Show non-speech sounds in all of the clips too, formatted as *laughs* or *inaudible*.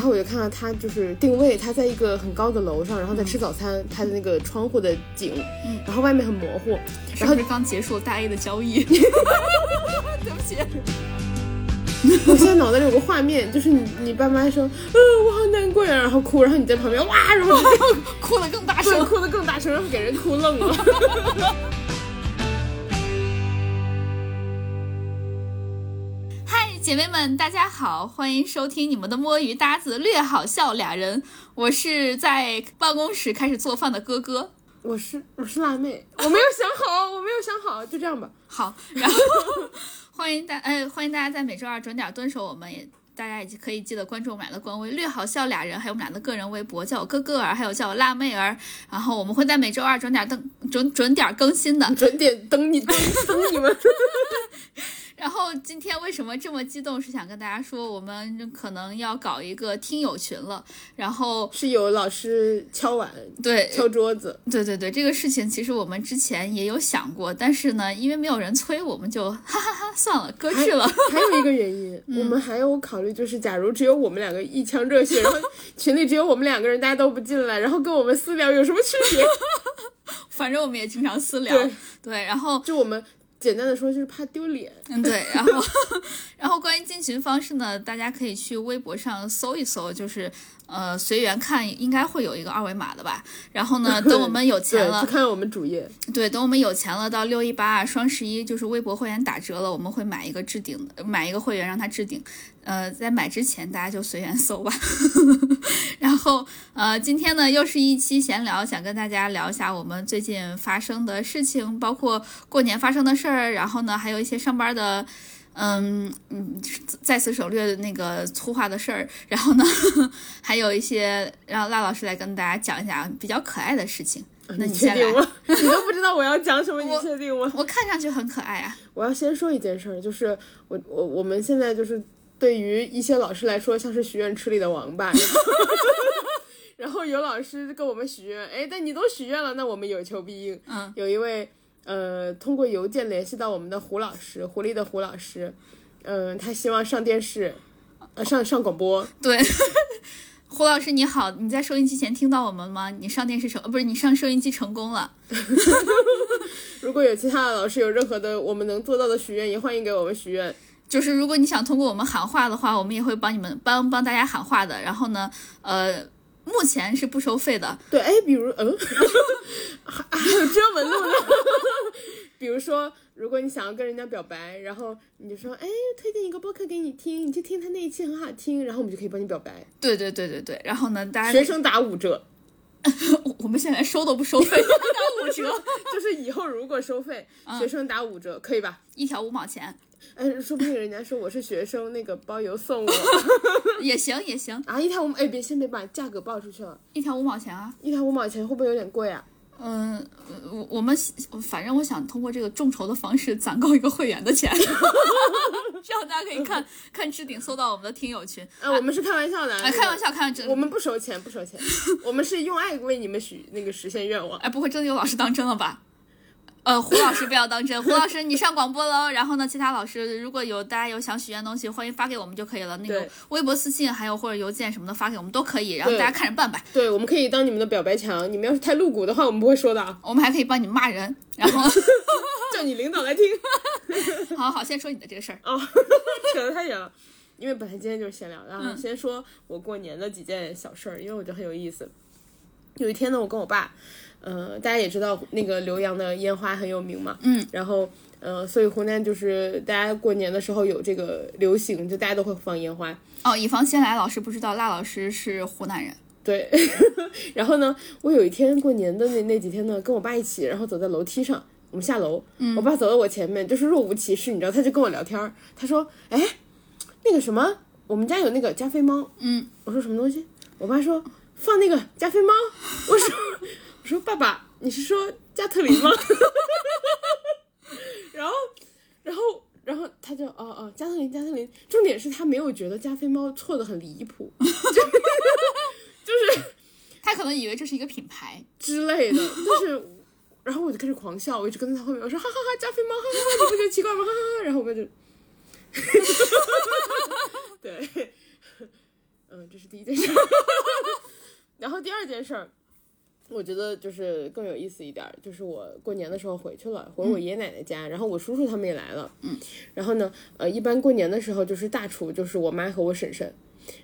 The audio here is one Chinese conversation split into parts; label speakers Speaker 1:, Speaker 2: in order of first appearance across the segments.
Speaker 1: 后我就看到他就是定位，他在一个很高的楼上，然后在吃早餐，他的那个窗户的景，然后外面很模糊， *laughs*
Speaker 2: 是
Speaker 1: 然后
Speaker 2: 不是刚结束了大 A 的交易？ *laughs* 对不起，
Speaker 1: 我现在脑袋里有个画面，就是你你爸妈说，嗯，我好难过呀，然后哭，然后你在旁边哇，然后你
Speaker 2: 哭得更大
Speaker 1: *laughs* 对，
Speaker 2: 声。
Speaker 1: 哭得更大声，然后给人哭愣了。
Speaker 2: 嗨，姐妹们，大家好，欢迎收听你们的摸鱼搭子略好笑俩人，我是在办公室开始做饭的哥哥。
Speaker 1: *laughs* 我是我是辣妹，我没有想好，我没有想好，就这样吧。
Speaker 2: 好， *laughs* 然后欢迎大哎，欢迎大家在每周二准点蹲守我们也。大家也可以记得关注我们俩的官微“略好笑俩人”，还有我们俩的个人微博，叫我哥哥儿，还有叫我辣妹儿。然后我们会在每周二准点更准准点更新的。
Speaker 1: *laughs* 准点等你等等你们。 *laughs*
Speaker 2: 然后今天为什么这么激动？是想跟大家说，我们可能要搞一个听友群了。然后
Speaker 1: 是有老师敲碗
Speaker 2: 对
Speaker 1: 敲桌子，
Speaker 2: 对对对，这个事情其实我们之前也有想过，但是呢，因为没有人催，我们就哈哈哈算了，搁置了。 *laughs*
Speaker 1: *laughs* 还有一个原因，我们还有考虑就是，假如只有我们两个一腔热血，然后群里只有我们两个人，大家都不进来，然后跟我们私聊有什么区别？
Speaker 2: 反正我们也经常私聊，
Speaker 1: 对
Speaker 2: 对，然后
Speaker 1: 就我们简单的说，就是怕丢脸。
Speaker 2: 嗯，对，然后， *laughs* 然后关于进群方式呢，大家可以去微博上搜一搜，就是呃随缘看，应该会有一个二维码的吧。然后呢，等我们有
Speaker 1: 对，
Speaker 2: 钱
Speaker 1: 去
Speaker 2: 了，
Speaker 1: 看我们主页，
Speaker 2: 对，等我们有钱了，到六一八啊、双十一，就是微博会员打折了，我们会买一个置顶，的，买一个会员让它置顶。呃，在买之前大家就随缘搜吧。 *laughs* 然后呃，今天呢又是一期闲聊，想跟大家聊一下我们最近发生的事情，包括过年发生的事儿，然后呢还有一些上班的。嗯嗯，在此省略那个粗话的事儿，然后呢， *laughs* 还有一些让辣老师来跟大家讲一讲比较可爱的事情。那
Speaker 1: 啊你确
Speaker 2: 先来
Speaker 1: 定，吗？ *laughs* 你都不知道我要讲什么，你确定吗？
Speaker 2: *laughs* 我看上去很可爱啊。
Speaker 1: 我要先说一件事儿，就是我我我们现在就是对于一些老师来说，像是许愿池里的王八。然 *laughs* 后然后有老师跟我们许愿，哎，但你都许愿了，那我们有求必应。
Speaker 2: 嗯，
Speaker 1: 有一位呃通过邮件联系到我们的胡老师，狐狸的胡老师，嗯、他希望上电视，呃上上广播，
Speaker 2: 对，胡老师你好，你在收音机前听到我们吗？你上电视成，呃不是你上收音机成功了。
Speaker 1: 如果有其他的老师有任何的我们能做到的许愿，也欢迎给我们许愿。
Speaker 2: 就是如果你想通过我们喊话的话，我们也会帮你们帮帮大家喊话的。然后呢，呃，目前是不收费的。
Speaker 1: 对，哎，比如，嗯，还还有这门路呢。 *laughs* 比如说，如果你想要跟人家表白，然后你就说，哎，推荐一个播客给你听，你去听他那一期很好听，然后我们就可以帮你表白，
Speaker 2: 对对对对对。然后呢，大家
Speaker 1: 学生打五折。
Speaker 2: 我我们现在收都不收费，打五折，
Speaker 1: 就是以后如果收费，
Speaker 2: 嗯
Speaker 1: 学生打五折，可以吧？
Speaker 2: 一条五毛钱
Speaker 1: 哎，说不定人家说我是学生，那个包邮送我 *laughs*
Speaker 2: 也行也行，
Speaker 1: 啊，一条五，哎，别先别把价格报出去了，
Speaker 2: 一条五毛钱啊。
Speaker 1: 一条五毛钱会不会有点贵啊？
Speaker 2: 嗯，呃我我们反正我想通过这个众筹的方式攒够一个会员的钱， *laughs* 这样大家可以看 *laughs* 看置顶搜到我们的听友群。
Speaker 1: 啊，我们是开玩笑的，
Speaker 2: 哎，
Speaker 1: 那个
Speaker 2: 开玩笑，开玩笑，
Speaker 1: 我们不收钱，不收钱，我们是用爱为你们许那个实现愿望。
Speaker 2: 哎，不会真的有老师当真了吧？呃，胡
Speaker 1: *laughs*
Speaker 2: 老师不要当真，胡老师你上广播喽。然后呢，其他老师如果有大家有想许愿的东西，欢迎发给我们就可以了。那个
Speaker 1: 对
Speaker 2: 微博私信还有或者邮件什么的发给我们都可以，然后
Speaker 1: 对
Speaker 2: 大家看着办吧。
Speaker 1: 对，我们可以当你们的表白墙。你们要是太露骨的话，我们不会说的啊，
Speaker 2: 我们还可以帮你骂人。然后，
Speaker 1: *laughs*
Speaker 2: *laughs*
Speaker 1: 叫你领导来听。
Speaker 2: 好好先说你的这个事儿。
Speaker 1: 哦， *laughs* 扯得太远了， *laughs* 因为本来今天就是闲聊的啊。先说我过年的几件小事儿，因为我觉得很有意思。有一天呢，我跟我爸，呃，大家也知道那个浏阳的烟花很有名嘛，
Speaker 2: 嗯，
Speaker 1: 然后呃，所以湖南就是大家过年的时候有这个流行，就大家都会放烟花。
Speaker 2: 哦，以防先来老师不知道，辣老师是湖南人。
Speaker 1: 对，然后呢，我有一天过年的那那几天呢，跟我爸一起，然后走在楼梯上，我们下楼，我爸走到我前面，就是若无其事，你知道，他就跟我聊天儿，他说，哎，那个什么，我们家有那个加菲猫，
Speaker 2: 嗯，
Speaker 1: 我说什么东西？我爸说放那个加菲猫，我说我说爸爸，你是说加特林吗？ *laughs* 然后然后然后他就哦哦加特林加特林，重点是他没有觉得加菲猫错的很离谱， *laughs* 就就是。
Speaker 2: 他可能以为这是一个品牌，
Speaker 1: 之类的，就是，然后我就开始狂笑，我一直跟在他后面，我说哈哈哈，加菲猫，哈哈哈，你不觉得奇怪吗？哈哈哈，然后我爸就，对，嗯，这是第一件事。 *laughs* 然后第二件事儿，我觉得就是更有意思一点儿，就是我过年的时候回去了，回我爷爷奶奶家，然后我叔叔他们也来了，嗯，然后呢，呃，一般过年的时候就是大厨就是我妈和我婶婶，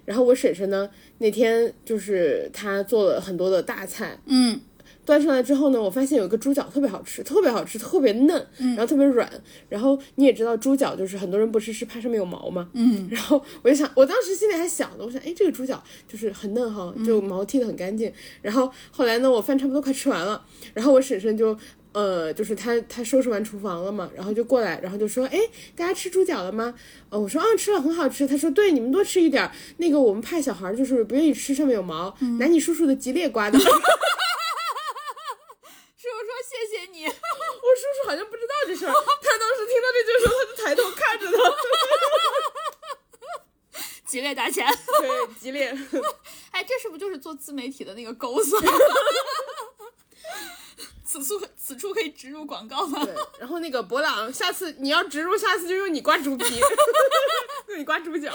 Speaker 1: 然后我婶婶呢那天就是她做了很多的大菜，
Speaker 2: 嗯，
Speaker 1: 端上来之后呢，我发现有一个猪脚特别好吃，特别好吃，特别嫩，然后特别软。然后你也知道猪脚就是很多人不吃是怕上面有毛嘛，嗯。然后我就想，我当时心里还想呢，我想，哎，这个猪脚就是很嫩哈，就毛剃得很干净。然后后来呢，我饭差不多快吃完了，然后我婶婶就。呃，就是她她收拾完厨房了嘛，然后就过来，然后就说，哎，大家吃猪脚了吗？呃，我说，啊，吃了，很好吃。她说，对，你们多吃一点儿。那个我们怕小孩儿就是不愿意吃上面有毛，拿你叔叔的吉列刮的。
Speaker 2: 师傅说谢谢你，
Speaker 1: 我
Speaker 2: *laughs*
Speaker 1: 叔叔好像不知道 *laughs* 这事儿，他当时听到这句时候，他就抬头看着他，
Speaker 2: 吉列打钱。
Speaker 1: *laughs* 对，激烈。
Speaker 2: 哎，这是不就是做自媒体的那个钩子？ *laughs* 此处此处可以植入广告吗？
Speaker 1: 对，然后那个博朗，下次你要植入，下次就用你刮猪 *laughs* 皮，用你刮猪脚。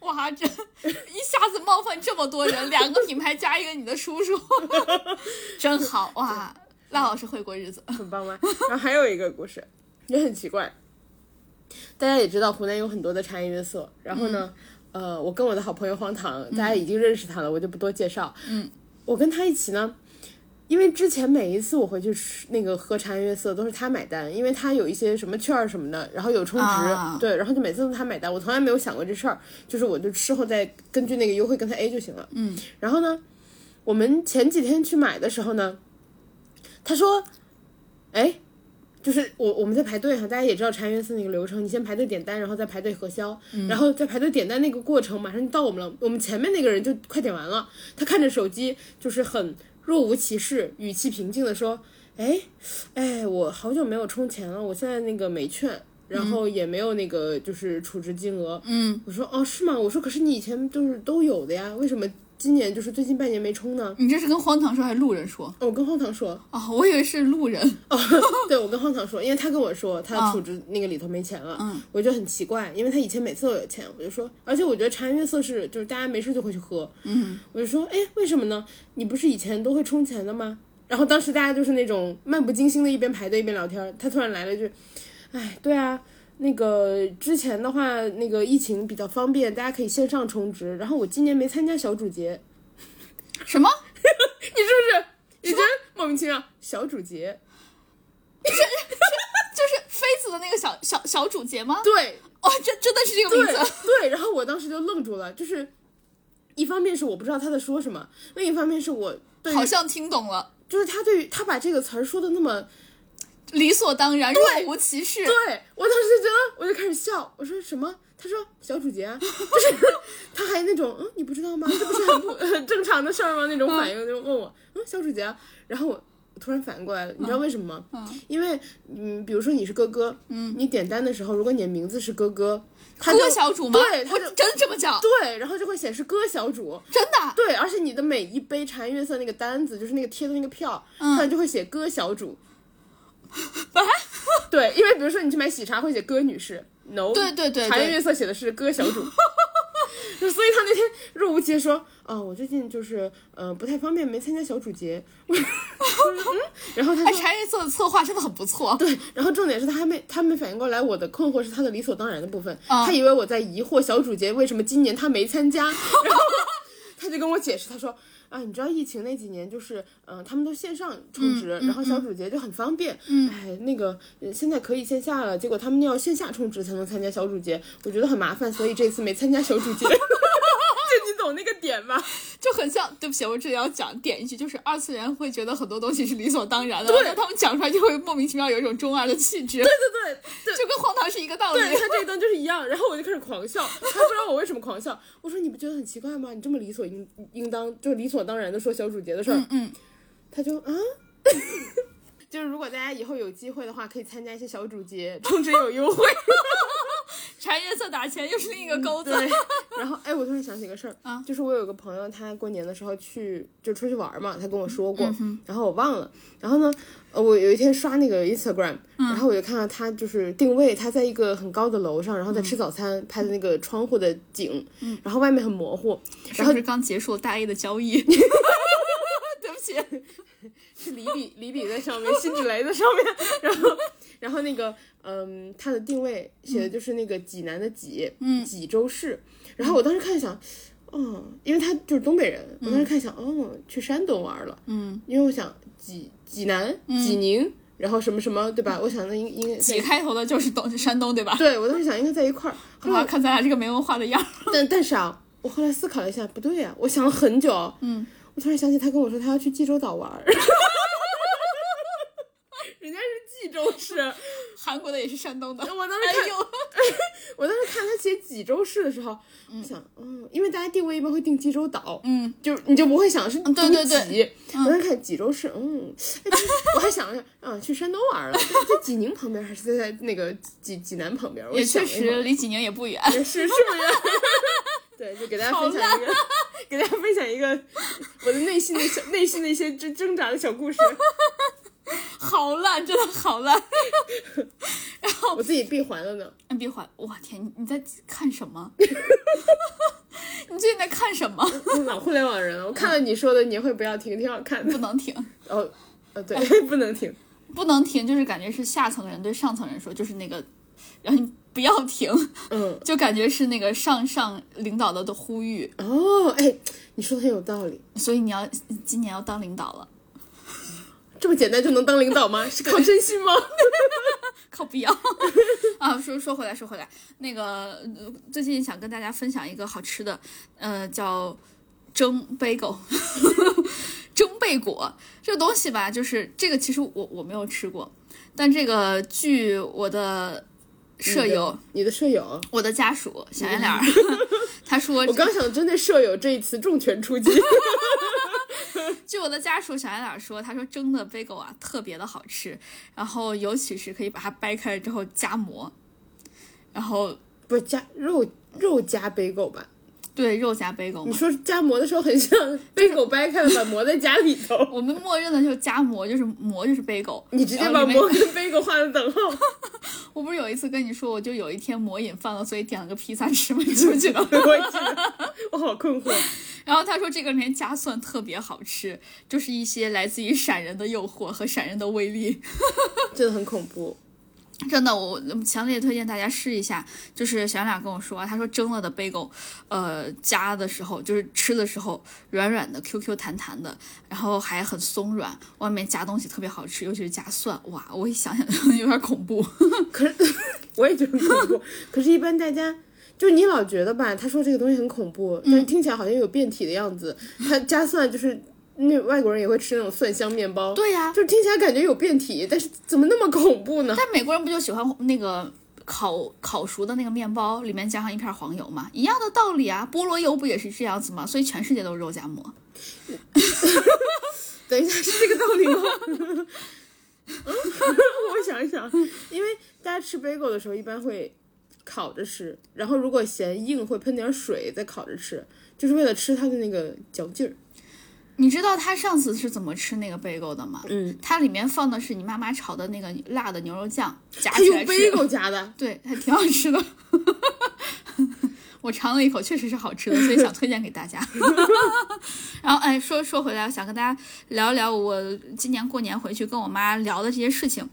Speaker 2: 哇，这一下子冒犯这么多人，两个品牌加一个你的
Speaker 1: *laughs*
Speaker 2: 叔叔，真好哇！赖老师会过日子，
Speaker 1: 很棒吧？然后还有一个故事，也很奇怪。大家也知道湖南有很多的茶颜悦色，然后呢，呃，我跟我的好朋友荒唐，大家已经认识他了，我就不多介绍。
Speaker 2: 嗯，
Speaker 1: 我跟他一起呢，因为之前每一次我回去吃那个喝茶颜悦色都是他买单，因为他有一些什么券儿什么的，然后有充值，
Speaker 2: 啊
Speaker 1: 对，然后就每次都他买单，我从来没有想过这事儿，就是我就事后再根据那个优惠跟他 A 就行了。嗯，然后呢，我们前几天去买的时候呢，他说，哎。就是我我们在排队哈，大家也知道禅悦寺那个流程，你先排队点单，然后再排队核销，然后在排队点单那个过程，马上就到我们了，我们前面那个人就快点完了，他看着手机，就是很若无其事、语气平静的说：“哎，哎，我好久没有充钱了，我现在那个没券。”然后也没有那个就是储值金额，
Speaker 2: 嗯，
Speaker 1: 我说哦是吗？我说可是你以前就是都有的呀，为什么今年就是最近半年没充呢？
Speaker 2: 你这是跟荒唐说还是路人说？
Speaker 1: 我跟荒唐说，
Speaker 2: 哦，我以为是路人。
Speaker 1: 哦 *laughs* 对，我跟荒唐说，因为他跟我说他储值那个里头没钱了，
Speaker 2: 嗯
Speaker 1: 我就很奇怪，因为他以前每次都有钱，我就说，而且我觉得茶颜悦色是就是大家没事就会去喝，
Speaker 2: 嗯，
Speaker 1: 我就说，哎，为什么呢？你不是以前都会充钱的吗？然后当时大家就是那种漫不经心的，一边排队一边聊天，他突然来了一句，哎，对啊。那个之前的话，那个疫情比较方便，大家可以线上充值。然后我今年没参加小主节，
Speaker 2: 什么？
Speaker 1: 你是不是？你觉得莫名其妙？小主节，
Speaker 2: 就是妃子的那个小小小主节吗？
Speaker 1: 对，
Speaker 2: 哦，真真的是这个名 *laughs*
Speaker 1: 对
Speaker 2: 字。
Speaker 1: 对，然后我当时就愣住了，就是一方面是我不知道他在说什么，另一方面是我对于
Speaker 2: 好像听懂了，
Speaker 1: 就是他对于他把这个词儿说的那么，
Speaker 2: 理所当然，若无其事
Speaker 1: 对。我当时就觉得我就开始笑，我说什么？他说小主角啊，就是
Speaker 2: *laughs*
Speaker 1: 他还那种嗯你不知道吗？这不是很普很正常的事儿吗？那种反应就问我嗯小主角啊，然后我。我突然反应过来了，你
Speaker 2: 嗯
Speaker 1: 知道为什么吗？因为嗯，比如说你是哥哥，嗯，你点单的时候，如果你的名字是哥哥，他就
Speaker 2: 哥小主吗？
Speaker 1: 对，
Speaker 2: 我
Speaker 1: 他就
Speaker 2: 真这么叫，
Speaker 1: 对，然后就会显示哥小主，
Speaker 2: 真的。
Speaker 1: 对，而且你的每一杯茶颜悦色那个单子，就是那个贴的那个票，
Speaker 2: 嗯
Speaker 1: 上面就会写歌小主。
Speaker 2: *laughs* 啊
Speaker 1: 对，因为比如说你去买喜茶会写歌女士，no，
Speaker 2: 对对对对
Speaker 1: 茶颜悦色写的是歌小
Speaker 2: *laughs*
Speaker 1: 主。就所以他那天若无其事说，啊、我最近就是呃不太方便，没参加小主节。我说嗯，然后他
Speaker 2: 哎，
Speaker 1: 说。
Speaker 2: 禅悦色的策划真的很不错。对，
Speaker 1: 然后重点是他还没他没反应过来，我的困惑是他的理所当然的部分，
Speaker 2: 啊
Speaker 1: 他以为我在疑惑小主节为什么今年他没参加，然后他就跟我解释，他说啊，你知道疫情那几年就是，嗯、他们都线上充值，然后小主节就很方便，哎，那个呃现在可以线下了，结果他们要线下充值才能参加小主节，我觉得很麻烦，所以这次没参加小主 *laughs* 节，就你懂那个点吧？
Speaker 2: 就很像。对不起，我这里要讲点一句，就是二次元会觉得很多东西是理所当然的，但他们讲出来就会莫名其妙有一种中二的气质，
Speaker 1: 对对对，对
Speaker 2: 就跟荒唐是一个道理。嗯
Speaker 1: 对他这一段就是一样，然后我就开始狂笑，他不知道我为什么狂笑。我说你不觉得很奇怪吗？你这么理所应应当，就理所当然的说小主角的事儿、
Speaker 2: 嗯，
Speaker 1: 他就啊，就是如果大家以后有机会的话，可以参加一些小主节，充值有优惠。
Speaker 2: 查月色打钱又是另一个钩子。
Speaker 1: 对，然后哎，我突然想起个事儿啊，就是我有个朋友，他过年的时候去就出去玩嘛，他跟我说过，然后我忘了。然后呢，呃，我有一天刷那个 Instagram，、然后我就看到他就是定位，他在一个很高的楼上，然后在吃早餐，拍的那个窗户的景，然后外面很模糊，
Speaker 2: 是不是刚结束大 A 的交易？对不起，
Speaker 1: 是 *laughs* 李比李比在上面，辛芷蕾在上面，然后然后那个嗯，它的定位写的就是那个济南的济，嗯，济州市。然后我当时看想，哦，因为他就是东北人，我当时看想，哦，去山东玩了，嗯，因为我想济济南、济宁，然后什么什么，对吧？我想那应应该
Speaker 2: 几开头的就是东山东对吧？
Speaker 1: 对我当时想应该在一块儿，后来
Speaker 2: 哇，看咱俩这个没文化的样儿。
Speaker 1: 但但是啊，我后来思考了一下，不对呀、我想了很久，嗯，我突然想起他跟我说他要去济州岛玩儿， *laughs* 人家是济州 *laughs* 市，
Speaker 2: 韩国的也是山东的，
Speaker 1: 我当时看
Speaker 2: 哎呦，
Speaker 1: *laughs* 我当时看他写济州市的时候，我想，嗯，因为大家定位一般会定济州岛，嗯，就是你就不会想是
Speaker 2: 嗯对对对
Speaker 1: 读济我当时看济州市，嗯，哎我还想了想，啊，去山东玩了，在济宁旁边还是在那个济济南旁边，我
Speaker 2: 也
Speaker 1: 想
Speaker 2: 确
Speaker 1: 了一会
Speaker 2: 实
Speaker 1: 儿
Speaker 2: 离济宁也不远。
Speaker 1: 也是是不是？对，就给大家分享一个，给大家分享一个我的内心的小内心的一些挣挣扎的小故事，
Speaker 2: 好烂，真的好烂。
Speaker 1: *laughs* 我自己闭环了呢。
Speaker 2: 嗯，闭环，我天，你你在看什么？ *laughs* 你最近在看什么？ *laughs*
Speaker 1: 我老互联网人了，我看了你说的，你会不要停，挺好看的
Speaker 2: 不。能停，
Speaker 1: 哦，呃，对， *laughs* 不能停。
Speaker 2: 不能停，就是感觉是下层人对上层人说，就是那个，然后你不要停，
Speaker 1: 嗯，
Speaker 2: 就感觉是那个上上领导的的呼吁，
Speaker 1: 哦，哎，你说的很有道理，
Speaker 2: 所以你要今年要当领导了，
Speaker 1: 这么简单就能当领导吗？是靠真心吗？
Speaker 2: 靠不要 *laughs* 啊！说说回来，说回来，那个呃最近想跟大家分享一个好吃的，呃，叫蒸 bagel，蒸贝果这个东西吧，就是这个其实我我没有吃过，但这个据我的 *laughs*
Speaker 1: 嗯
Speaker 2: 舍友，
Speaker 1: 你的舍友，
Speaker 2: 我的家属小
Speaker 1: *laughs*
Speaker 2: 圆脸儿，他说
Speaker 1: 嗯我刚想针对舍友这一词重拳出击。 *laughs*
Speaker 2: 据我的家属小圆脸说，他说蒸的 bagel 啊特别的好吃，然后尤其是可以把它掰开了之后夹馍，然后
Speaker 1: 不是加肉肉加 bagel 吧？
Speaker 2: 对肉夹 bagel
Speaker 1: 你
Speaker 2: 嘛。
Speaker 1: 说夹馍的时候很像 bagel 掰开了把馍在夹里头，
Speaker 2: 我们默认的就是夹馍，就是馍就是 bagel。
Speaker 1: 你直接
Speaker 2: 然
Speaker 1: 把
Speaker 2: 后里面
Speaker 1: 馍跟 bagel 画了等号。
Speaker 2: 我不是有一次跟你说，我就有一天馍瘾犯了，所以点了个披萨吃吗？你记不记得？
Speaker 1: 我记得，我好困惑。
Speaker 2: *laughs* 然后他说这个里面加蒜特别好吃，就是一些来自于闪人的诱惑和闪人的威力。
Speaker 1: 真的很恐怖。
Speaker 2: 真的，我我强烈推荐大家试一下。就是小亮跟我说啊，他说蒸了的 bagel，呃，夹的时候就是吃的时候软软的，Q Q 弹弹的，然后还很松软，外面夹东西特别好吃，尤其是夹蒜。哇，我一想想 *laughs* 就有点恐怖。
Speaker 1: 可是 *laughs* 我也觉得很恐怖。可是，一般大家就你老觉得吧，他说这个东西很恐怖，但是听起来好像有变体的样子。他加蒜就是那外国人也会吃那种蒜香面包，
Speaker 2: 对啊呀、
Speaker 1: 就听起来感觉有变体，但是怎么那么恐怖呢？
Speaker 2: 但美国人不就喜欢那个烤烤熟的那个面包，里面加上一片黄油嘛，一样的道理啊。菠萝油不也是这样子吗？所以全世界都是肉夹馍。
Speaker 1: 等一下，是这个道理吗？嗯 *laughs* 我想一想，因为大家吃 bagel 的时候一般会烤着吃，然后如果嫌硬会喷点水再烤着吃，就是为了吃它的那个嚼劲儿。
Speaker 2: 你知道他上次是怎么吃那个 bagel 的吗？
Speaker 1: 嗯，
Speaker 2: 它里面放的是你妈妈炒的那个辣的牛肉酱，夹
Speaker 1: 还
Speaker 2: 起
Speaker 1: 有
Speaker 2: 来吃，
Speaker 1: 哎 bagel 夹的，
Speaker 2: 对，还挺好吃的。 *laughs* 我尝了一口，确实是好吃的，所以想推荐给大家。 *laughs* 然后，哎，说说回来，想跟大家聊一聊我今年过年回去跟我妈聊的这些事情。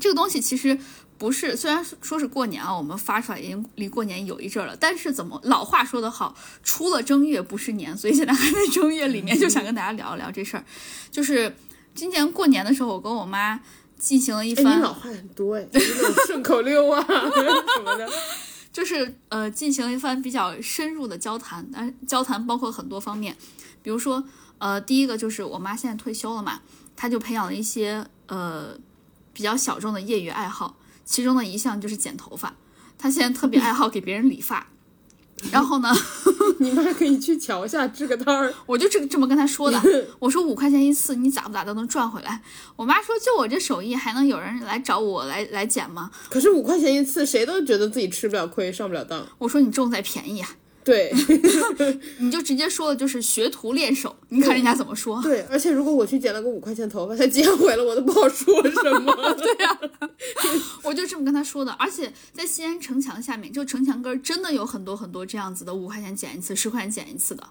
Speaker 2: 这个东西其实不是，虽然说是过年啊，我们发出来已经离过年有一阵儿了，但是怎么老话说得好，出了正月不是年，所以现在还在正月里面，就想跟大家聊一聊这事儿。就是今年过年的时候，我跟我妈进行了一
Speaker 1: 哎，
Speaker 2: 番
Speaker 1: 你老话很多哎，就是那种顺口溜啊什么 *laughs* 的。
Speaker 2: 就是呃进行了一番比较深入的交谈，但交谈包括很多方面，比如说呃第一个就是我妈现在退休了嘛，她就培养了一些呃比较小众的业余爱好，其中的一项就是剪头发，她现在特别爱好给别人理发。然后呢， *laughs*
Speaker 1: 你妈可以去桥下支个摊儿，
Speaker 2: 我就这这么跟他说的，我说五块钱一次，你咋不咋都能赚回来。我妈说，就我这手艺，还能有人来找我来来捡吗？
Speaker 1: 可是五块钱一次，谁都觉得自己吃不了亏，上不了当。
Speaker 2: 我说你重在便宜啊，
Speaker 1: 对
Speaker 2: 你就直接说了，就是学徒练手，你看人家怎么说。
Speaker 1: 对，而且如果我去剪了个五块钱头发，他剪毁了，我都不好说什么。
Speaker 2: 对呀、我就这么跟他说的。而且在西安城墙下面，就城墙根儿真的有很多很多这样子的，五块钱捡一次，十块钱捡一次的。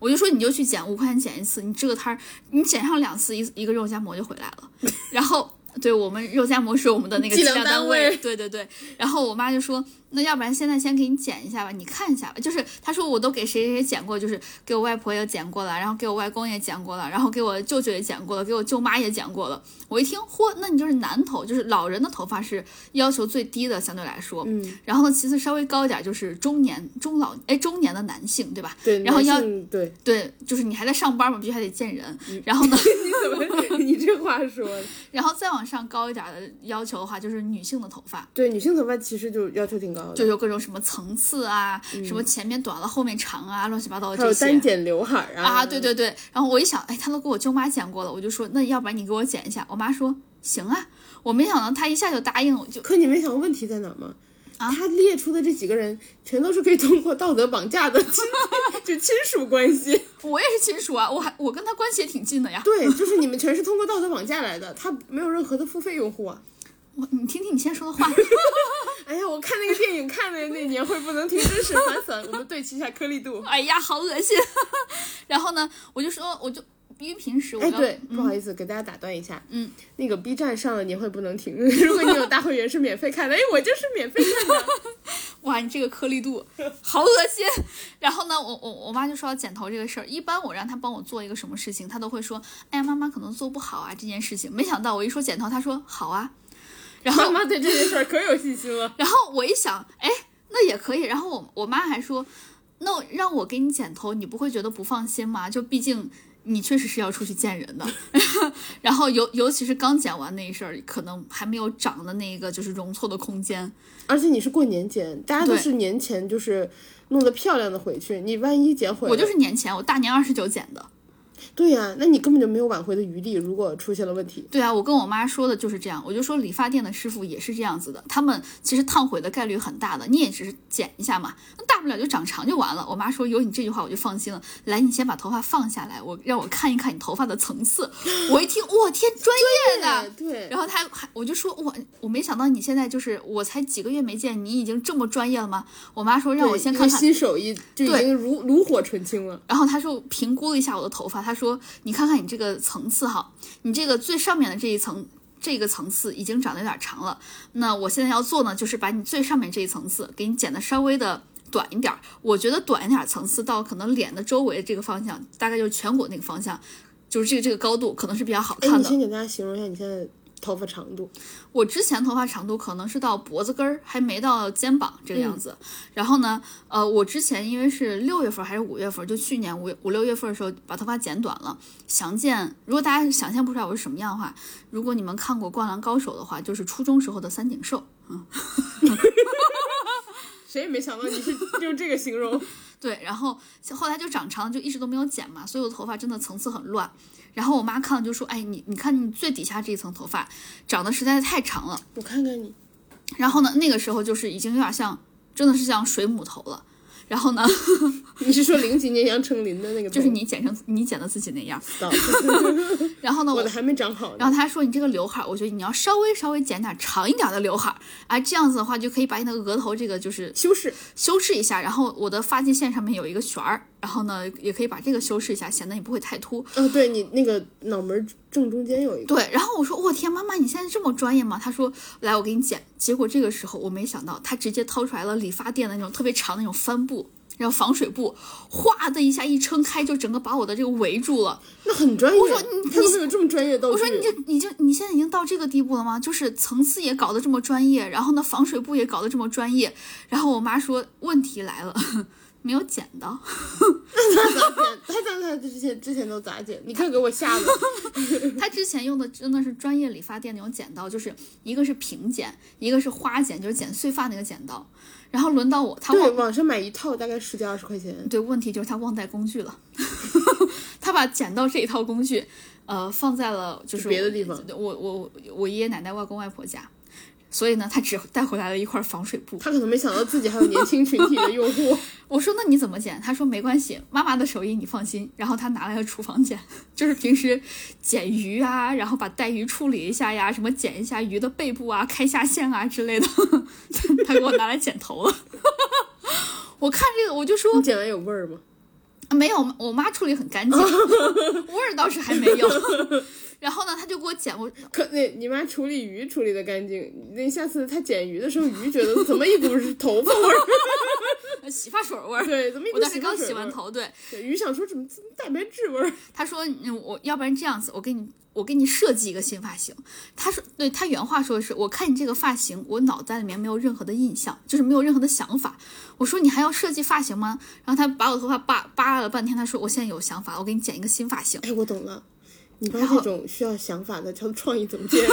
Speaker 2: 我就说你就去捡五块钱捡一次，你这个摊儿你捡上两次，一一个肉夹馍就回来了。然后对我们肉夹馍是我们的那个
Speaker 1: 计
Speaker 2: 计
Speaker 1: 量
Speaker 2: 量
Speaker 1: 单
Speaker 2: 单
Speaker 1: 位
Speaker 2: 对对对。然后我妈就说，那要不然现在先给你捡一下吧，你看一下吧。就是她说我都给谁谁谁捡过，就是给我外婆也捡过了，然后给我外公也捡过了，然后给我舅舅也捡过了，给我舅妈也捡过了。我一听，嚯，那你就是男头，就是老人的头发是要求最低的，相对来说。
Speaker 1: 嗯，
Speaker 2: 然后呢，其次稍微高一点就是中年、中老哎中年的男性，对吧？
Speaker 1: 对，
Speaker 2: 然后要
Speaker 1: 男性
Speaker 2: *laughs*
Speaker 1: 嗯对，
Speaker 2: 对，就是你还在上班嘛，必须还得见人。然
Speaker 1: *laughs*
Speaker 2: 后呢，
Speaker 1: 你怎么你这话说的？
Speaker 2: 然后再往上高一点的要求的话，就是女性的头发，
Speaker 1: *laughs* 对，女性头发其实就要求挺高的，
Speaker 2: 就有各种什么层次啊，什么前面短了后面长啊，乱七八糟的
Speaker 1: 嗯还有
Speaker 2: 这
Speaker 1: 单
Speaker 2: 些。
Speaker 1: 剪刘海儿啊
Speaker 2: 啊，对，对对，然后我一想，哎，她都给我舅妈剪过了，我就说，那要不然你给我剪一下？我妈说行啊，我没想到她一下就答应了，我就
Speaker 1: 可你没想过问题在哪儿吗？
Speaker 2: 啊
Speaker 1: 他列出的这几个人，全都是可以通过道德绑架的 *laughs*
Speaker 2: *laughs*
Speaker 1: 亲，就亲属关系。
Speaker 2: 我也是亲属啊，我还我跟她关系也挺近的呀，
Speaker 1: 对，就是你们全是通过道德绑架来的，他没有任何的付费用户啊。
Speaker 2: 我你听听你先说的话， *laughs*
Speaker 1: 哎呀，我看那个电影看的那年会不能停，真是烦死了。我们对齐一下颗粒度。
Speaker 2: 哎呀，好恶心。 *laughs* 然后呢，我就说，我就因为平时我
Speaker 1: 哎，
Speaker 2: 要、
Speaker 1: 对，不好意思，给大家打断一下，嗯，那个 B 站上了年会不能停，如果你有大会员是免费看的，哎，我就是免费 *laughs* 看的。
Speaker 2: 哇，你这个颗粒度好恶心。然后呢，我我我妈就说要剪头这个事儿，一般我让她帮我做一个什么事情，她都会说，哎呀，妈妈可能做不好啊这件事情。没想到我一说剪头，她说好啊。然后
Speaker 1: 妈妈哦对这件事儿可有信心了。
Speaker 2: 然后我一想，哎，那也可以。然后我我妈还说，那我让我给你剪头，你不会觉得不放心吗？就毕竟你确实是要出去见人的。 *laughs* 然后尤尤其是刚剪完那一事儿，可能还没有长的那个就是容错的空间。
Speaker 1: 而且你是过年剪，大家都
Speaker 2: 对
Speaker 1: 是年前就是弄得漂亮的回去，你万一剪毁了，
Speaker 2: 我就是年前，我大年二十九剪的。
Speaker 1: 对呀、那你根本就没有挽回的余地。如果出现了问题，
Speaker 2: 对啊，我跟我妈说的就是这样，我就说理发店的师傅也是这样子的，他们其实烫毁的概率很大的，你也只是剪一下嘛，那大不了就长长就完了。我妈说有你这句话我就放心了，来，你先把头发放下来，我让我看一看你头发的层次。我一听，我天，专业的。
Speaker 1: 对，
Speaker 2: 然后她还，我就说，我我没想到你现在就是，我才几个月没见，你已经这么专业了吗？我妈说让我
Speaker 1: 对
Speaker 2: 先
Speaker 1: 因
Speaker 2: 看
Speaker 1: 为
Speaker 2: 看
Speaker 1: 新手艺就已
Speaker 2: 对
Speaker 1: 经如炉火纯青了。
Speaker 2: 然后他就评估了一下我的头发，他说：“你看看你这个层次哈，你这个最上面的这一层，这个层次已经长得有点长了。那我现在要做呢，就是把你最上面这一层次给你剪的稍微的短一点儿。我觉得短一点儿层次到可能脸的周围这个方向，大概就是颧骨那个方向，就是这个这个高度可能是比较好
Speaker 1: 哎，
Speaker 2: 看
Speaker 1: 你
Speaker 2: 的。
Speaker 1: 先给大家形容一下你现在头发长度，
Speaker 2: 我之前头发长度可能是到脖子根儿，还没到肩膀这个样子。然后呢，呃，我之前因为是六月份还是五月份，就去年五五六月份的时候把头发剪短了。详见，如果大家想象不出来我是什么样的话，如果你们看过《灌篮高手》的话，就是初中时候的三井寿。
Speaker 1: 谁也没想到你 *laughs* 是用这个形容。
Speaker 2: 对，然后后来就长长，就一直都没有剪嘛，所以我头发真的层次很乱。然后我妈看了就说：“哎，你你看你最底下这一层头发长得实在是太长了。”
Speaker 1: 我看看你，
Speaker 2: 然后呢，那个时候就是已经有点像，真的是像水母头了。然后呢， *laughs*
Speaker 1: 你是说零几年杨丞琳的那个头？
Speaker 2: 就是你剪成你剪的自 *laughs* 己那样。
Speaker 1: 到，
Speaker 2: 然后呢，
Speaker 1: 我
Speaker 2: 我
Speaker 1: 的还没长好呢。
Speaker 2: 然后他说你这个刘海儿，我觉得你要稍微稍微剪点长一点的刘海儿，啊，这样子的话就可以把你的额头这个就是
Speaker 1: 修饰，
Speaker 2: 修饰一下。然后我的发际线上面有一个旋儿，然后呢也可以把这个修饰一下，显得你不会太秃。
Speaker 1: 哦，对你那个脑门正中间有一个，
Speaker 2: 对，然后我说我天，妈妈你现在这么专业吗？她说来我给你剪。结果这个时候我没想到，她直接掏出来了理发店的那种特别长的那种帆布。然后防水布，哗的一下一撑开，就整个把我的这个围住了。
Speaker 1: 那很专业。
Speaker 2: 我说你
Speaker 1: 他都没有这么专业道具。
Speaker 2: 我说你就你就你现在已经到这个地步了吗？就是层次也搞得这么专业，然后呢防水布也搞得这么专业，然后我妈说问题来了， *laughs* 没有剪到，
Speaker 1: 他咋剪？他咋他之前之前都咋剪？你看给我
Speaker 2: *laughs*
Speaker 1: 吓的。
Speaker 2: 她之前用的真的是专业理发店那种剪刀，就是一个是平剪，一个是花剪，就是剪碎发那个剪刀，然后轮到我，她
Speaker 1: 对，
Speaker 2: 忘
Speaker 1: 网上买一套大概十几二十块钱。
Speaker 2: 对，问题就是他忘带工具了， *laughs* 他把剪刀这一套工具，呃，放在了就是
Speaker 1: 别的
Speaker 2: 我
Speaker 1: 地方。
Speaker 2: 我我我爷爷奶奶、外公外婆家，所以呢，他只带回来了一块防水布。
Speaker 1: 他可能没想到自己还有年轻群体的诱惑。
Speaker 2: 我说那你怎么剪？他说没关系，妈妈的手艺你放心。然后他拿来了厨房剪， *laughs* 就是平时剪鱼啊，然后把带鱼处理一下呀，什么剪一下鱼的背部啊、开下线啊之类的， *laughs* 他给我拿来剪头了。 *laughs* 我看这个我就说，
Speaker 1: *laughs* 你剪完有味儿吗？
Speaker 2: 没有，我妈处理很干净，味儿倒是还没有。 *laughs* 然后呢，她就给我剪，我
Speaker 1: 可那你妈处理鱼处理的干净，那下次她剪鱼的时候，鱼觉得怎么一股是头发味儿？ *laughs*
Speaker 2: 洗发水味儿。
Speaker 1: 对，怎么一股
Speaker 2: 我当时
Speaker 1: 洗发
Speaker 2: 刚
Speaker 1: 水
Speaker 2: 洗
Speaker 1: 味
Speaker 2: 完
Speaker 1: 儿？
Speaker 2: 头，对，
Speaker 1: 对，鱼想说怎么怎么蛋白质味儿？
Speaker 2: 她说嗯我要不然这样子，我给你我给你设计一个新发型。她说，对她原话说的是，我看你这个发型，我脑袋里面没有任何的印象，就是没有任何的想法。我说你还要设计发型吗？然后她把我头发扒扒了半天，她说我现在有想法，我给你剪一个新发型。
Speaker 1: 哎，我懂了，你妈
Speaker 2: 然后
Speaker 1: 这种需要想法的叫创意总监。 *laughs*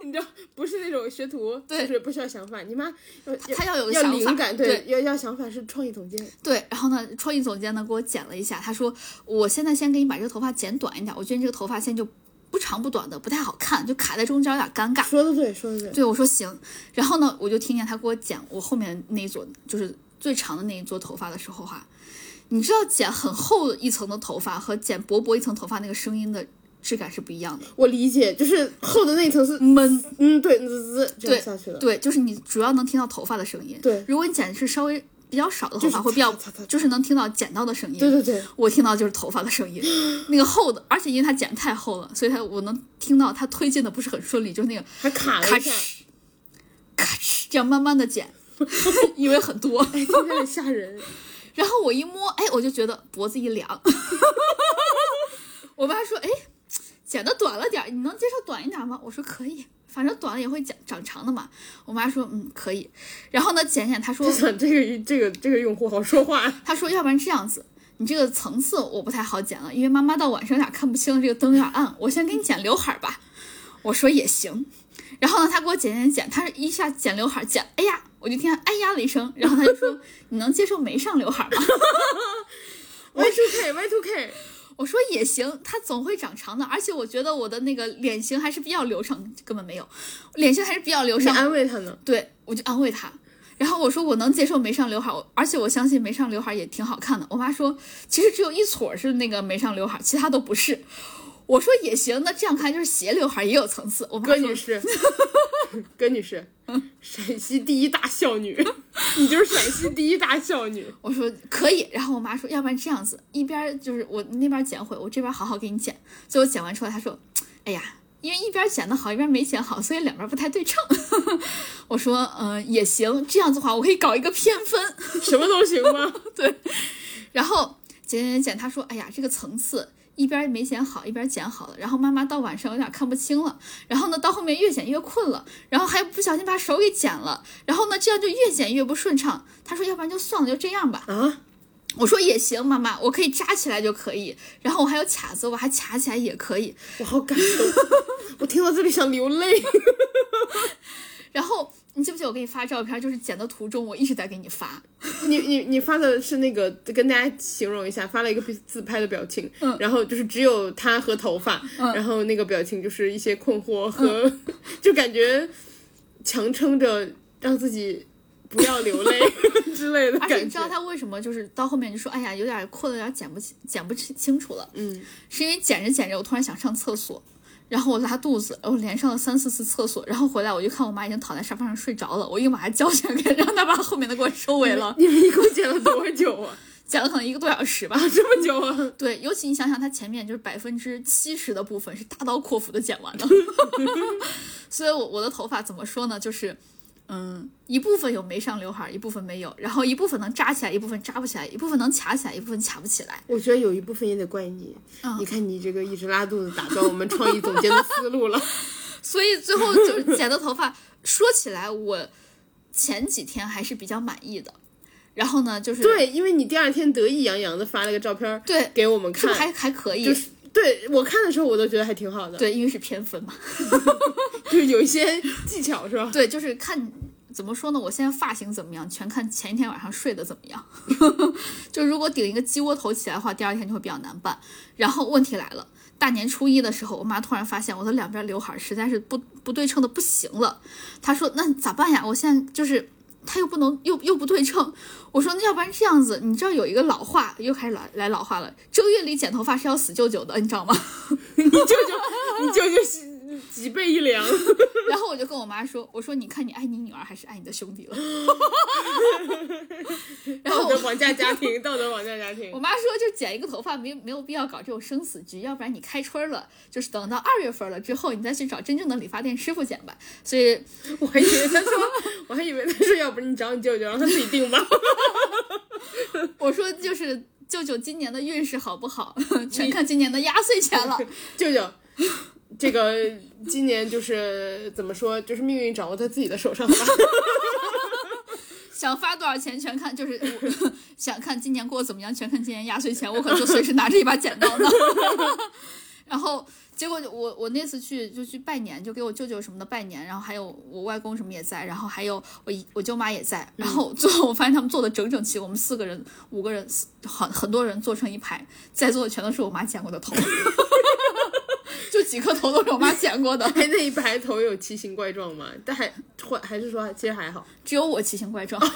Speaker 1: 你知道，不是那种学徒，
Speaker 2: 对
Speaker 1: 就是不需要想法。你妈要
Speaker 2: 她要有个
Speaker 1: 要
Speaker 2: 想法
Speaker 1: 灵感，
Speaker 2: 对
Speaker 1: 要要想法是创意总监。
Speaker 2: 对，然后呢，创意总监呢给我剪了一下，他说我现在先给你把这个头发剪短一点，我觉得你这个头发现在就不长不短的，不太好看，就卡在中间有点尴尬。
Speaker 1: 说的对，说的对。
Speaker 2: 对我说行，然后呢，我就听见他给我剪我后面那一撮就是最长的那一撮头发的时候哈、你知道剪很厚一层的头发和剪薄薄一层头发那个声音的质感是不一样的，
Speaker 1: 我理解，就是厚的那一层是，
Speaker 2: 闷。
Speaker 1: 嗯，对，滋滋这样
Speaker 2: 对
Speaker 1: 下去了。
Speaker 2: 对，就是你主要能听到头发的声音。
Speaker 1: 对
Speaker 2: 如果你剪的是稍微比较少的头
Speaker 1: 就是
Speaker 2: 发，会比较
Speaker 1: 擦擦擦
Speaker 2: 就是能听到剪刀的声音。
Speaker 1: 对对对，
Speaker 2: 我听到就是头发的声音，那个厚的，而且因为它剪得太厚了，所以它我能听到它推进的不是很顺利，就是那个
Speaker 1: 还卡了
Speaker 2: 咔
Speaker 1: 一下，
Speaker 2: 哧咔哧这样慢慢的剪， *laughs* 以为很多，
Speaker 1: 哎，有点吓人。 *laughs*
Speaker 2: 然后我一摸，哎，我就觉得脖子一凉， *laughs* 我妈说，哎，剪的短了点儿，你能接受短一点吗？我说可以。反正短了也会长长长的嘛，我妈说嗯可以，然后呢剪剪她说
Speaker 1: 我想这个这个这个用户好说话，
Speaker 2: 他说：“要不然这样子，你这个层次我不太好剪了，因为妈妈到晚上有点看不清，这个灯有点暗，我先给你剪刘海儿吧。”我说也行。然后呢，他给我剪剪剪，他一下剪刘海儿，剪，哎呀，我就听他哎呀了一声，然后他就说：“ *laughs* 你能接受没上刘海儿吗 *laughs*
Speaker 1: Y two K Y two K，？”
Speaker 2: 我说也行，它总会长长的，而且我觉得我的那个脸型还是比较流畅，根本没有，脸型还是比较流
Speaker 1: 你
Speaker 2: 畅。
Speaker 1: 安慰他呢？
Speaker 2: 对，我就安慰他。然后我说我能接受没上刘海，我而且我相信没上刘海也挺好看的。我妈说，其实只有一撮儿是那个没上刘海，其他都不是。我说也行，那这样看就是斜刘海也有层次。
Speaker 1: *laughs*
Speaker 2: 我妈
Speaker 1: 葛
Speaker 2: 说
Speaker 1: 女士，葛女士，陕西第一大孝女，你就是陕西第一大孝女。
Speaker 2: 我说可以，然后我妈说，要不然这样子，一边儿就是我那边儿剪毁，我这边儿好好给你剪。最后剪完出来，她说，哎呀，因为一边儿剪的好，一边儿没剪好，所以两边儿不太对称。 *laughs* 我说，嗯、也行，这样子的话，我可以搞一个偏分。
Speaker 1: 什么都行吗？
Speaker 2: 然后剪剪剪剪，他说：“哎呀，这个层次一边没剪好，一边剪好了。”然后妈妈到晚上有点看不清了，然后呢，到后面越剪越困了，然后还不小心把手给剪了，然后呢，这样就越剪越不顺畅。他说：“要不然就算了，就这样吧。”
Speaker 1: 啊，
Speaker 2: 我说：“也行，妈妈，我可以扎起来就可以。”然后我还有卡子，我还卡起来也可以。
Speaker 1: 我好感动，我听到这里想流泪。
Speaker 2: 然后你记不记得我给你发照片，就是剪的途中我一直在给你发，
Speaker 1: *laughs* 你你你发的是那个，跟大家形容一下，发了一个自拍的表情，然后就是只有他和头发，然后那个表情就是一些困惑和，就感觉强撑着让自己不要流泪 *laughs* 之类的
Speaker 2: 而且你
Speaker 1: 感
Speaker 2: 知道
Speaker 1: 觉。
Speaker 2: 他为什么就是到后面就说：“哎呀，有点困了，有点剪不清，剪不清清楚了。”
Speaker 1: 嗯，
Speaker 2: 是因为剪着剪着，我突然想上厕所，然后我拉肚子，我连上了三四次厕所，然后回来我就看我妈已经躺在沙发上睡着了，我又把她叫起来，让她把后面的给我收尾了，
Speaker 1: 你们一共剪了多久啊？
Speaker 2: 剪了可能一个多小时吧。
Speaker 1: 啊，这么久啊？
Speaker 2: 对，尤其你想想，它前面就是百分之七十的部
Speaker 1: *laughs*
Speaker 2: 分 *laughs* 是大刀阔斧的剪完的，所以我我的头发怎么说呢，就是。嗯，一部分有没上刘海，一部分没有，然后一部分能扎起来，一部分扎不起来，一部分能卡起来，一部分卡不起来。
Speaker 1: *laughs* 我觉得有一部分也得怪你，你看你这个一直拉肚子，打断我们创意总监的思路了。
Speaker 2: 所以最后就是剪的头发，说起来我前几天还是比较满意的。然后呢，就
Speaker 1: *laughs*
Speaker 2: 是
Speaker 1: 对，因为你第二天得意洋洋的发了个照片，
Speaker 2: 对，
Speaker 1: 给我们
Speaker 2: 是不
Speaker 1: 看，
Speaker 2: 是还还可以？
Speaker 1: 就是对我看的时候我都觉得还挺好的，
Speaker 2: 对，因为是偏分嘛。
Speaker 1: 就是有一些技巧是吧？ *laughs*
Speaker 2: 对，就是看怎么说呢，我现在发型怎么样，全看前一天晚上睡得怎么样。 *laughs* 就如果顶一个鸡窝头起来的话，第二天就会比较难办。然后问题来了，大年初一的时候，我妈突然发现我的两边刘海儿实在是不不对称的不行了，她说：“那咋办呀？我现在就是。”她又不能又又不对称，我说那要不然这样子，你知道有一个老话，又开始来来老话了，正月里剪头发是要死舅舅的，你知道吗？
Speaker 1: 你舅舅，你舅舅是脊背一凉，
Speaker 2: 然后我就跟我妈说：“我说你看你爱你女儿还是爱你的兄弟了。”然后
Speaker 1: 道德
Speaker 2: 我
Speaker 1: 绑架家庭，道德绑架家庭
Speaker 2: 我。妈说：“就剪一个头发没没有必要搞这种生死局，要不然你开春儿了，就是等到二月份了之后，你再去找真正的理发店师傅剪吧。”所以
Speaker 1: 我还以为他说，我还以为他说，要不你找你舅舅，让他自己定吧。
Speaker 2: 我说就是。舅舅今年的运势好不好， *laughs* 全看今年的压岁钱了。
Speaker 1: 舅舅，这个今年就是怎么说，就是命运掌握在自己的手上吧。
Speaker 2: 想发多少钱，全看就是 *laughs* 我想看今年过得怎么样，全看今年压岁钱，我可就随时拿着一把剪刀呢。 *laughs* 然后结果就我我那次去就去拜年，就给我舅舅什么的拜年，然后还有我外公什么也在，然后还有我姨我舅妈也在，然后最后我发现他们坐的整整齐，我们四个人五个人四很很多人坐成一排，在座的全都是我妈剪过的头， *laughs* 就几颗头都是我妈剪
Speaker 1: *laughs*
Speaker 2: 过的，
Speaker 1: 哎，那一排头有奇形怪状吗？但还还还是说，其实还好。
Speaker 2: 只有我奇形怪状。 *laughs*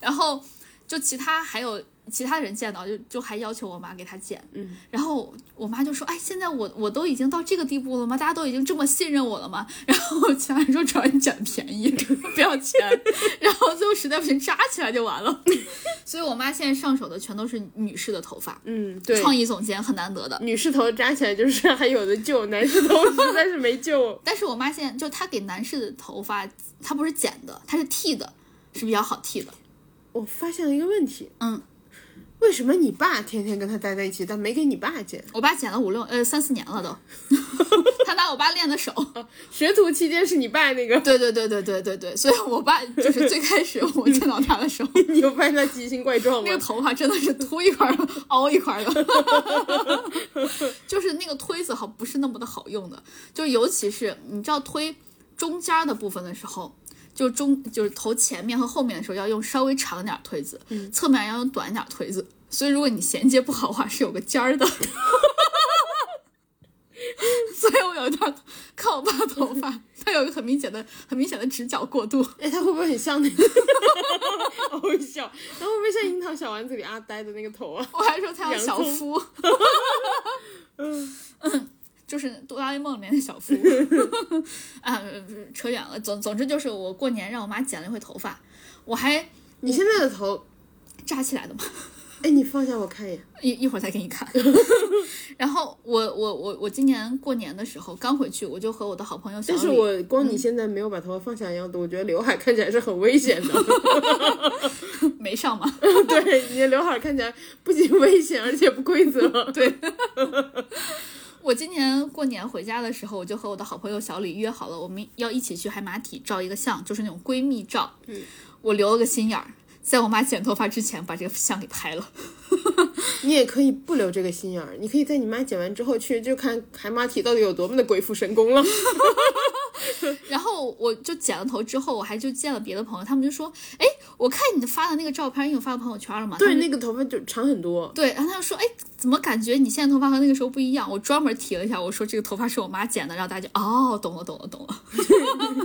Speaker 2: 然后就其他还有其他人见到就就还要求我妈给他剪，
Speaker 1: 嗯，
Speaker 2: 然后我妈就说：“哎，现在我我都已经到这个地步了吗？大家都已经这么信任我了吗？” *laughs* 然后其他人说：“只要你剪便宜， *laughs* 不要钱。” *laughs* 然后最后实在不行扎起来就完了。 *laughs* 所以我妈现在上手的全都是女士的头发，
Speaker 1: 嗯，对。
Speaker 2: 创意总监很难得的。。
Speaker 1: 女士头扎起来就是还有的救，男士头 *laughs* 实在是没救
Speaker 2: 但是我妈现在就她给男士的头发，她不是剪的，她是剃的，是比较好剃的。
Speaker 1: *laughs* 我发现了一个问题，
Speaker 2: 嗯，
Speaker 1: 为什么你爸天天跟他待在一起，但没给你爸剪？
Speaker 2: 我爸剪了五六呃三四年了 *laughs* 都，他拿我爸练的手。
Speaker 1: 学徒期间是你爸那个，
Speaker 2: *laughs*
Speaker 1: *laughs*
Speaker 2: 对对对对对对对，所以我爸就是最开始我见到他的时候，
Speaker 1: 你有发现他奇形怪状
Speaker 2: 那个
Speaker 1: 吗？
Speaker 2: 头发真的是秃一块儿凹一块儿的， *laughs* 就是那个推子好不是那么的好用的，就尤其是你知道推中间儿的部分的时候。就中就是头前面和后面的时候要用稍微长点儿推子，侧面要用短点儿推子，所以如果你衔接不好的话是有个尖儿的。 *laughs* 所以我有一段看我爸头发，他有一个很明显的、很明显的直角过渡。
Speaker 1: 哎，他会不会很像那个？ *laughs* 好笑，他会不会像樱桃小丸子里阿呆的那个头啊？
Speaker 2: 我还说
Speaker 1: 洋
Speaker 2: 他叫小
Speaker 1: 葱 *laughs*
Speaker 2: 夫，嗯，就是哆啦 A 梦里面的小
Speaker 1: *laughs*
Speaker 2: 夫啊，扯远了。总总之就是我过年让我妈剪了一回头发，我还
Speaker 1: 你现在的头，
Speaker 2: 扎起来的嘛，
Speaker 1: 哎，你放下我看一眼。
Speaker 2: 一一会儿再给你
Speaker 1: *laughs*
Speaker 2: 看。然后我我我我今年过年的时候刚回去，我就和我的好朋友小
Speaker 1: 但是
Speaker 2: 李
Speaker 1: 我光哦你嗯现在没有把头发放下一样多，我觉得刘海看起来是很危险的。
Speaker 2: 没上嘛，
Speaker 1: *laughs* 对，你的刘海看起来不仅危险，而且不规则。对，
Speaker 2: 我今年过年回家的时候，我就和我的好朋友小李约好了，我们要一起去海马体照一个相，就是那种闺蜜照。嗯，我留了个心眼儿，在我妈剪头发之前把这个相给拍了。
Speaker 1: *laughs*
Speaker 2: *laughs*
Speaker 1: 你也可以不留这个心眼儿，你可以在你妈剪完之后去，就看海马体到底有多么的鬼斧神工了。
Speaker 2: 然后我就剪了头之后，我还就见了别的朋友，他们就说：“哎，我看你发的那个照片，因为我发到朋友圈了嘛。”
Speaker 1: 对，那个头发就长很多。
Speaker 2: 对，然后他就说：“哎，怎么感觉你现在头发和那个时候不一样？”我专门提了一下，我说这个头发是我妈剪的，然后大家就哦，懂了，懂
Speaker 1: *laughs*
Speaker 2: 了，懂了。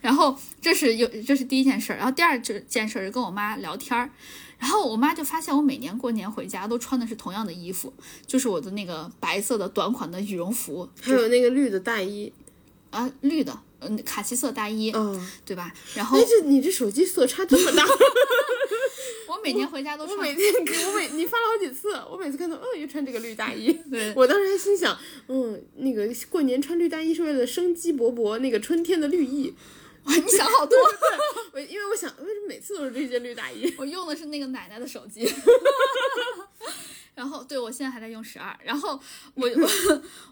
Speaker 2: 然后这是有，这是第一件事儿，然后第二件事儿是跟我妈聊天儿，然后我妈就发现我每年过年回家都穿的是同样的衣服，就是我的那个白色的短款的羽绒服
Speaker 1: 还有那个绿的大衣，
Speaker 2: 啊，绿的，嗯，卡其色大衣，
Speaker 1: 嗯，
Speaker 2: 对吧？然后
Speaker 1: 哎，这你这手机色差这么大，
Speaker 2: 我每年回家都
Speaker 1: *laughs* 我
Speaker 2: 穿，
Speaker 1: 每天我每你发了好几次，我每次看到，嗯，又穿这个绿大 *laughs* 衣，
Speaker 2: 对
Speaker 1: 我当时还心想，嗯，那个过年穿绿大衣是为了生机勃勃，那个春天的绿意，
Speaker 2: 哇，你想好多。
Speaker 1: 我因为我想，为什么每次都是这些绿大衣？ *laughs*
Speaker 2: 我用的是那个奶奶的手机。 *laughs* 然后，对我现在还在用十二。然后我 *laughs* 我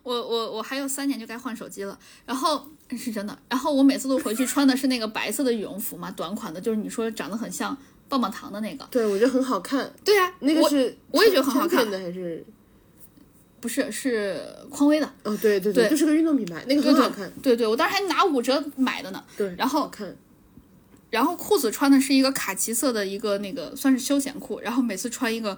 Speaker 2: 我我我还有三年就该换手机了。然后哎是真的。然后我每次都回去穿的是那个白色的羽绒服嘛，短款的，就是你说长得很像棒棒糖的那个。
Speaker 1: 对，我觉得很好看。
Speaker 2: 对呀、啊，
Speaker 1: 那个是
Speaker 2: 我我也觉得很好看
Speaker 1: Champion 的，还是
Speaker 2: 不是是匡威的。
Speaker 1: 哦，对对
Speaker 2: 对
Speaker 1: 就是个运动品牌，那个
Speaker 2: 对
Speaker 1: 很好
Speaker 2: 对
Speaker 1: 看。
Speaker 2: 对对，我当时还拿五折买的呢。
Speaker 1: 对，
Speaker 2: 然后
Speaker 1: 好看。
Speaker 2: 然后裤子穿的是一个卡其色的一个那个算是休闲裤，然后每次穿一个，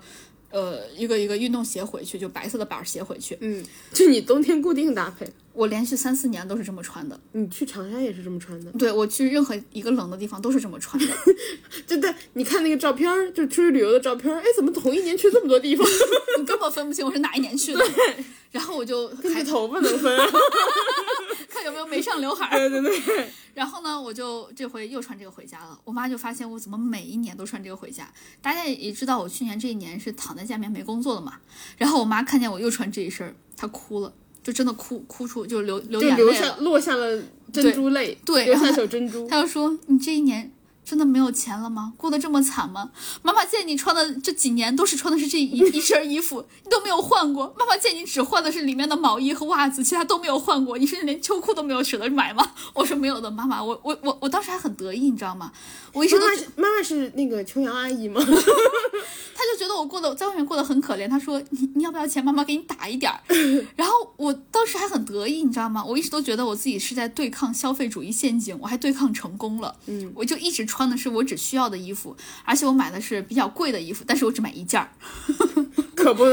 Speaker 2: 呃，一个一个运动鞋回去，就白色的板儿鞋回去。
Speaker 1: 嗯，就你冬天固定搭配，
Speaker 2: 我连续三四年都是这么穿的，
Speaker 1: 你去长沙也是这么穿的。
Speaker 2: 对我去任何一个冷的地方都是这么穿的。
Speaker 1: 就对，你看那个照片儿，就出去旅游的照片儿，哎，怎么同一年去这么多地方？ *laughs*
Speaker 2: 你根本分不清我是哪一年去的。然后我就
Speaker 1: 跟这
Speaker 2: 还
Speaker 1: 头发能分、啊？ *laughs*
Speaker 2: 看有没有没上刘海儿。
Speaker 1: 对对
Speaker 2: *laughs*
Speaker 1: 对，
Speaker 2: 然后呢，我就这回又穿这个回家了。我妈就发现我怎么每一年都穿这个回家。大家也知道我去年这一年是躺在家里面没工作的嘛。然后我妈看见我又穿这一身儿，她哭了，就真的哭哭出就流流
Speaker 1: 就
Speaker 2: 眼
Speaker 1: 留
Speaker 2: 泪
Speaker 1: 下
Speaker 2: 了。
Speaker 1: 落下了珍珠泪，
Speaker 2: 对
Speaker 1: 留
Speaker 2: 然后
Speaker 1: 下
Speaker 2: 他
Speaker 1: 小珍珠。
Speaker 2: 她就说：“你这一年。”真的没有钱了吗？过得这么惨吗？妈妈见你穿的这几年都是穿的是这一一身衣服，你都没有换过。妈妈见你只换的是里面的毛衣和袜子，其他都没有换过。你甚至连秋裤都没有舍得买吗？我说没有的，妈妈，我我我我当时还很得意，你知道吗？我一直
Speaker 1: 妈
Speaker 2: 都
Speaker 1: 妈是妈妈是那个琼瑶阿姨吗？ *laughs*
Speaker 2: 他就觉得我过得在外面过得很可怜，他说你你要不要钱，妈妈给你打一
Speaker 1: *laughs*
Speaker 2: 点儿。然后我当时还很得意，你知道吗？我一直都觉得我自己是在对抗消费主义陷阱，我还对抗成功了。嗯，我就一直穿的是我只需要的衣服，而且我买的是比较贵的衣服，但是我只买一
Speaker 1: *laughs*
Speaker 2: 件儿。
Speaker 1: 可不，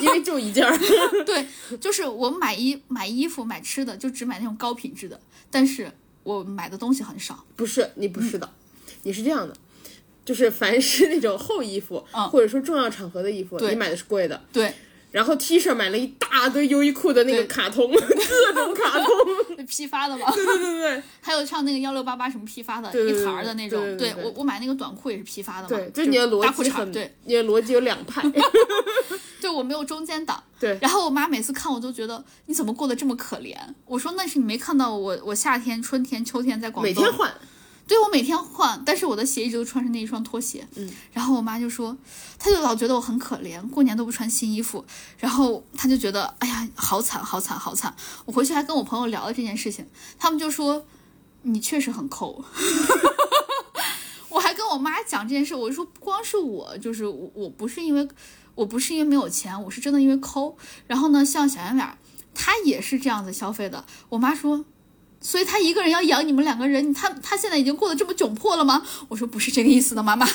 Speaker 1: 因为就一件儿。
Speaker 2: 对，就是我买衣买衣服买吃的就只买那种高品质的，但是我买的东西很少。
Speaker 1: 不是，你不是的，
Speaker 2: 嗯
Speaker 1: 你是这样的，就是凡是那种厚衣服，
Speaker 2: 嗯
Speaker 1: 或者说重要场合的衣服，
Speaker 2: 对
Speaker 1: 你买的是贵的。 *laughs*
Speaker 2: 对，
Speaker 1: 然后 T 恤买了一大堆优衣库的那个
Speaker 2: 对
Speaker 1: 卡
Speaker 2: *laughs*
Speaker 1: 通，各种卡通，
Speaker 2: 批发的嘛。
Speaker 1: 对对对对
Speaker 2: *laughs* 还有像那个幺六八八什么批发的，
Speaker 1: 对对对
Speaker 2: 一盘儿的那种。
Speaker 1: 对对对对
Speaker 2: 我我买那个短裤也是批发的嘛。
Speaker 1: 对，就是你的
Speaker 2: 大
Speaker 1: 逻
Speaker 2: 裤
Speaker 1: 辑
Speaker 2: 衩儿
Speaker 1: 很，
Speaker 2: 对。，
Speaker 1: 你的逻辑有两
Speaker 2: *laughs*
Speaker 1: 派，
Speaker 2: 对我没有中间档。
Speaker 1: 对
Speaker 2: 然后我妈每次看我都觉得你怎么过得这么可怜？我说那是你没看到我，我夏天、春天、秋天在广东，
Speaker 1: 每天换，
Speaker 2: 对我每天换，但是我的鞋一直都穿着那一双拖鞋。嗯，然后我妈就说，她就老觉得我很可怜，过年都不穿新衣服，然后她就觉得哎呀，好惨，好惨，好惨。我回去还跟我朋友聊了这件事情，他们就说你确实很抠。 *laughs* 我还跟我妈讲这件事，我就说不光是我，就是我，我不是因为我不是因为没有钱，我是真的因为抠。然后呢，像小圆脸儿，她也是这样子消费的。我妈说，所以她一个人要养你们两个人，她她现在已经过得这么窘迫了吗？我说不是这个意思的，妈 *laughs* 妈，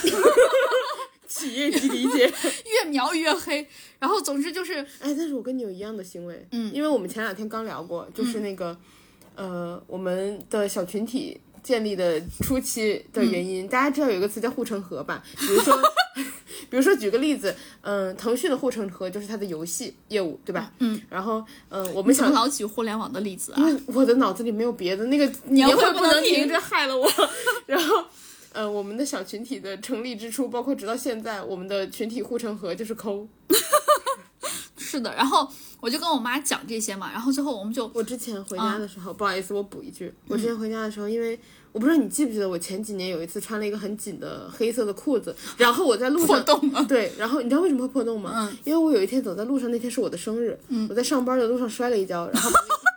Speaker 1: 企业级理解。
Speaker 2: 越描越黑。然后总之就是，
Speaker 1: 哎，但是我跟你有一样的行为，嗯，因为我们前两天刚聊过，就是
Speaker 2: 嗯
Speaker 1: 那个，呃，我们的小群体建立的初期的
Speaker 2: 嗯
Speaker 1: 原因，大家知道有一个词叫护城河吧？比如
Speaker 2: *laughs*
Speaker 1: 说，比如说举个例子，嗯、腾讯的护城河就是它的游戏业务，对吧？嗯，然后，嗯、我们
Speaker 2: 怎么
Speaker 1: 想。
Speaker 2: 老举互联网的例子啊？
Speaker 1: 嗯我的脑子里没有别的，那个
Speaker 2: 年会
Speaker 1: 会
Speaker 2: 不能
Speaker 1: 能
Speaker 2: 停 *laughs*
Speaker 1: 这害了我。 *laughs* 然后，呃，我们的小群体的成立之初，包括直到现在，我们的群体护城河就是抠。
Speaker 2: 是的，然后我就跟我妈讲这些嘛，然后最后我们就
Speaker 1: 我之前回
Speaker 2: 啊
Speaker 1: 家的时候，不好意思，我补一句，我
Speaker 2: 嗯
Speaker 1: 之前回家的时候，因为我不知道你记不记得，我前几年有一次穿了一个很紧的黑色的裤子，然后我在路
Speaker 2: 破
Speaker 1: 上。
Speaker 2: 洞了。
Speaker 1: 对，然后你知道为什么会破洞吗？嗯，因为我有一天走在路上，那天是我的生日，
Speaker 2: 嗯
Speaker 1: 我在上班的路上摔了一跤，然后把那个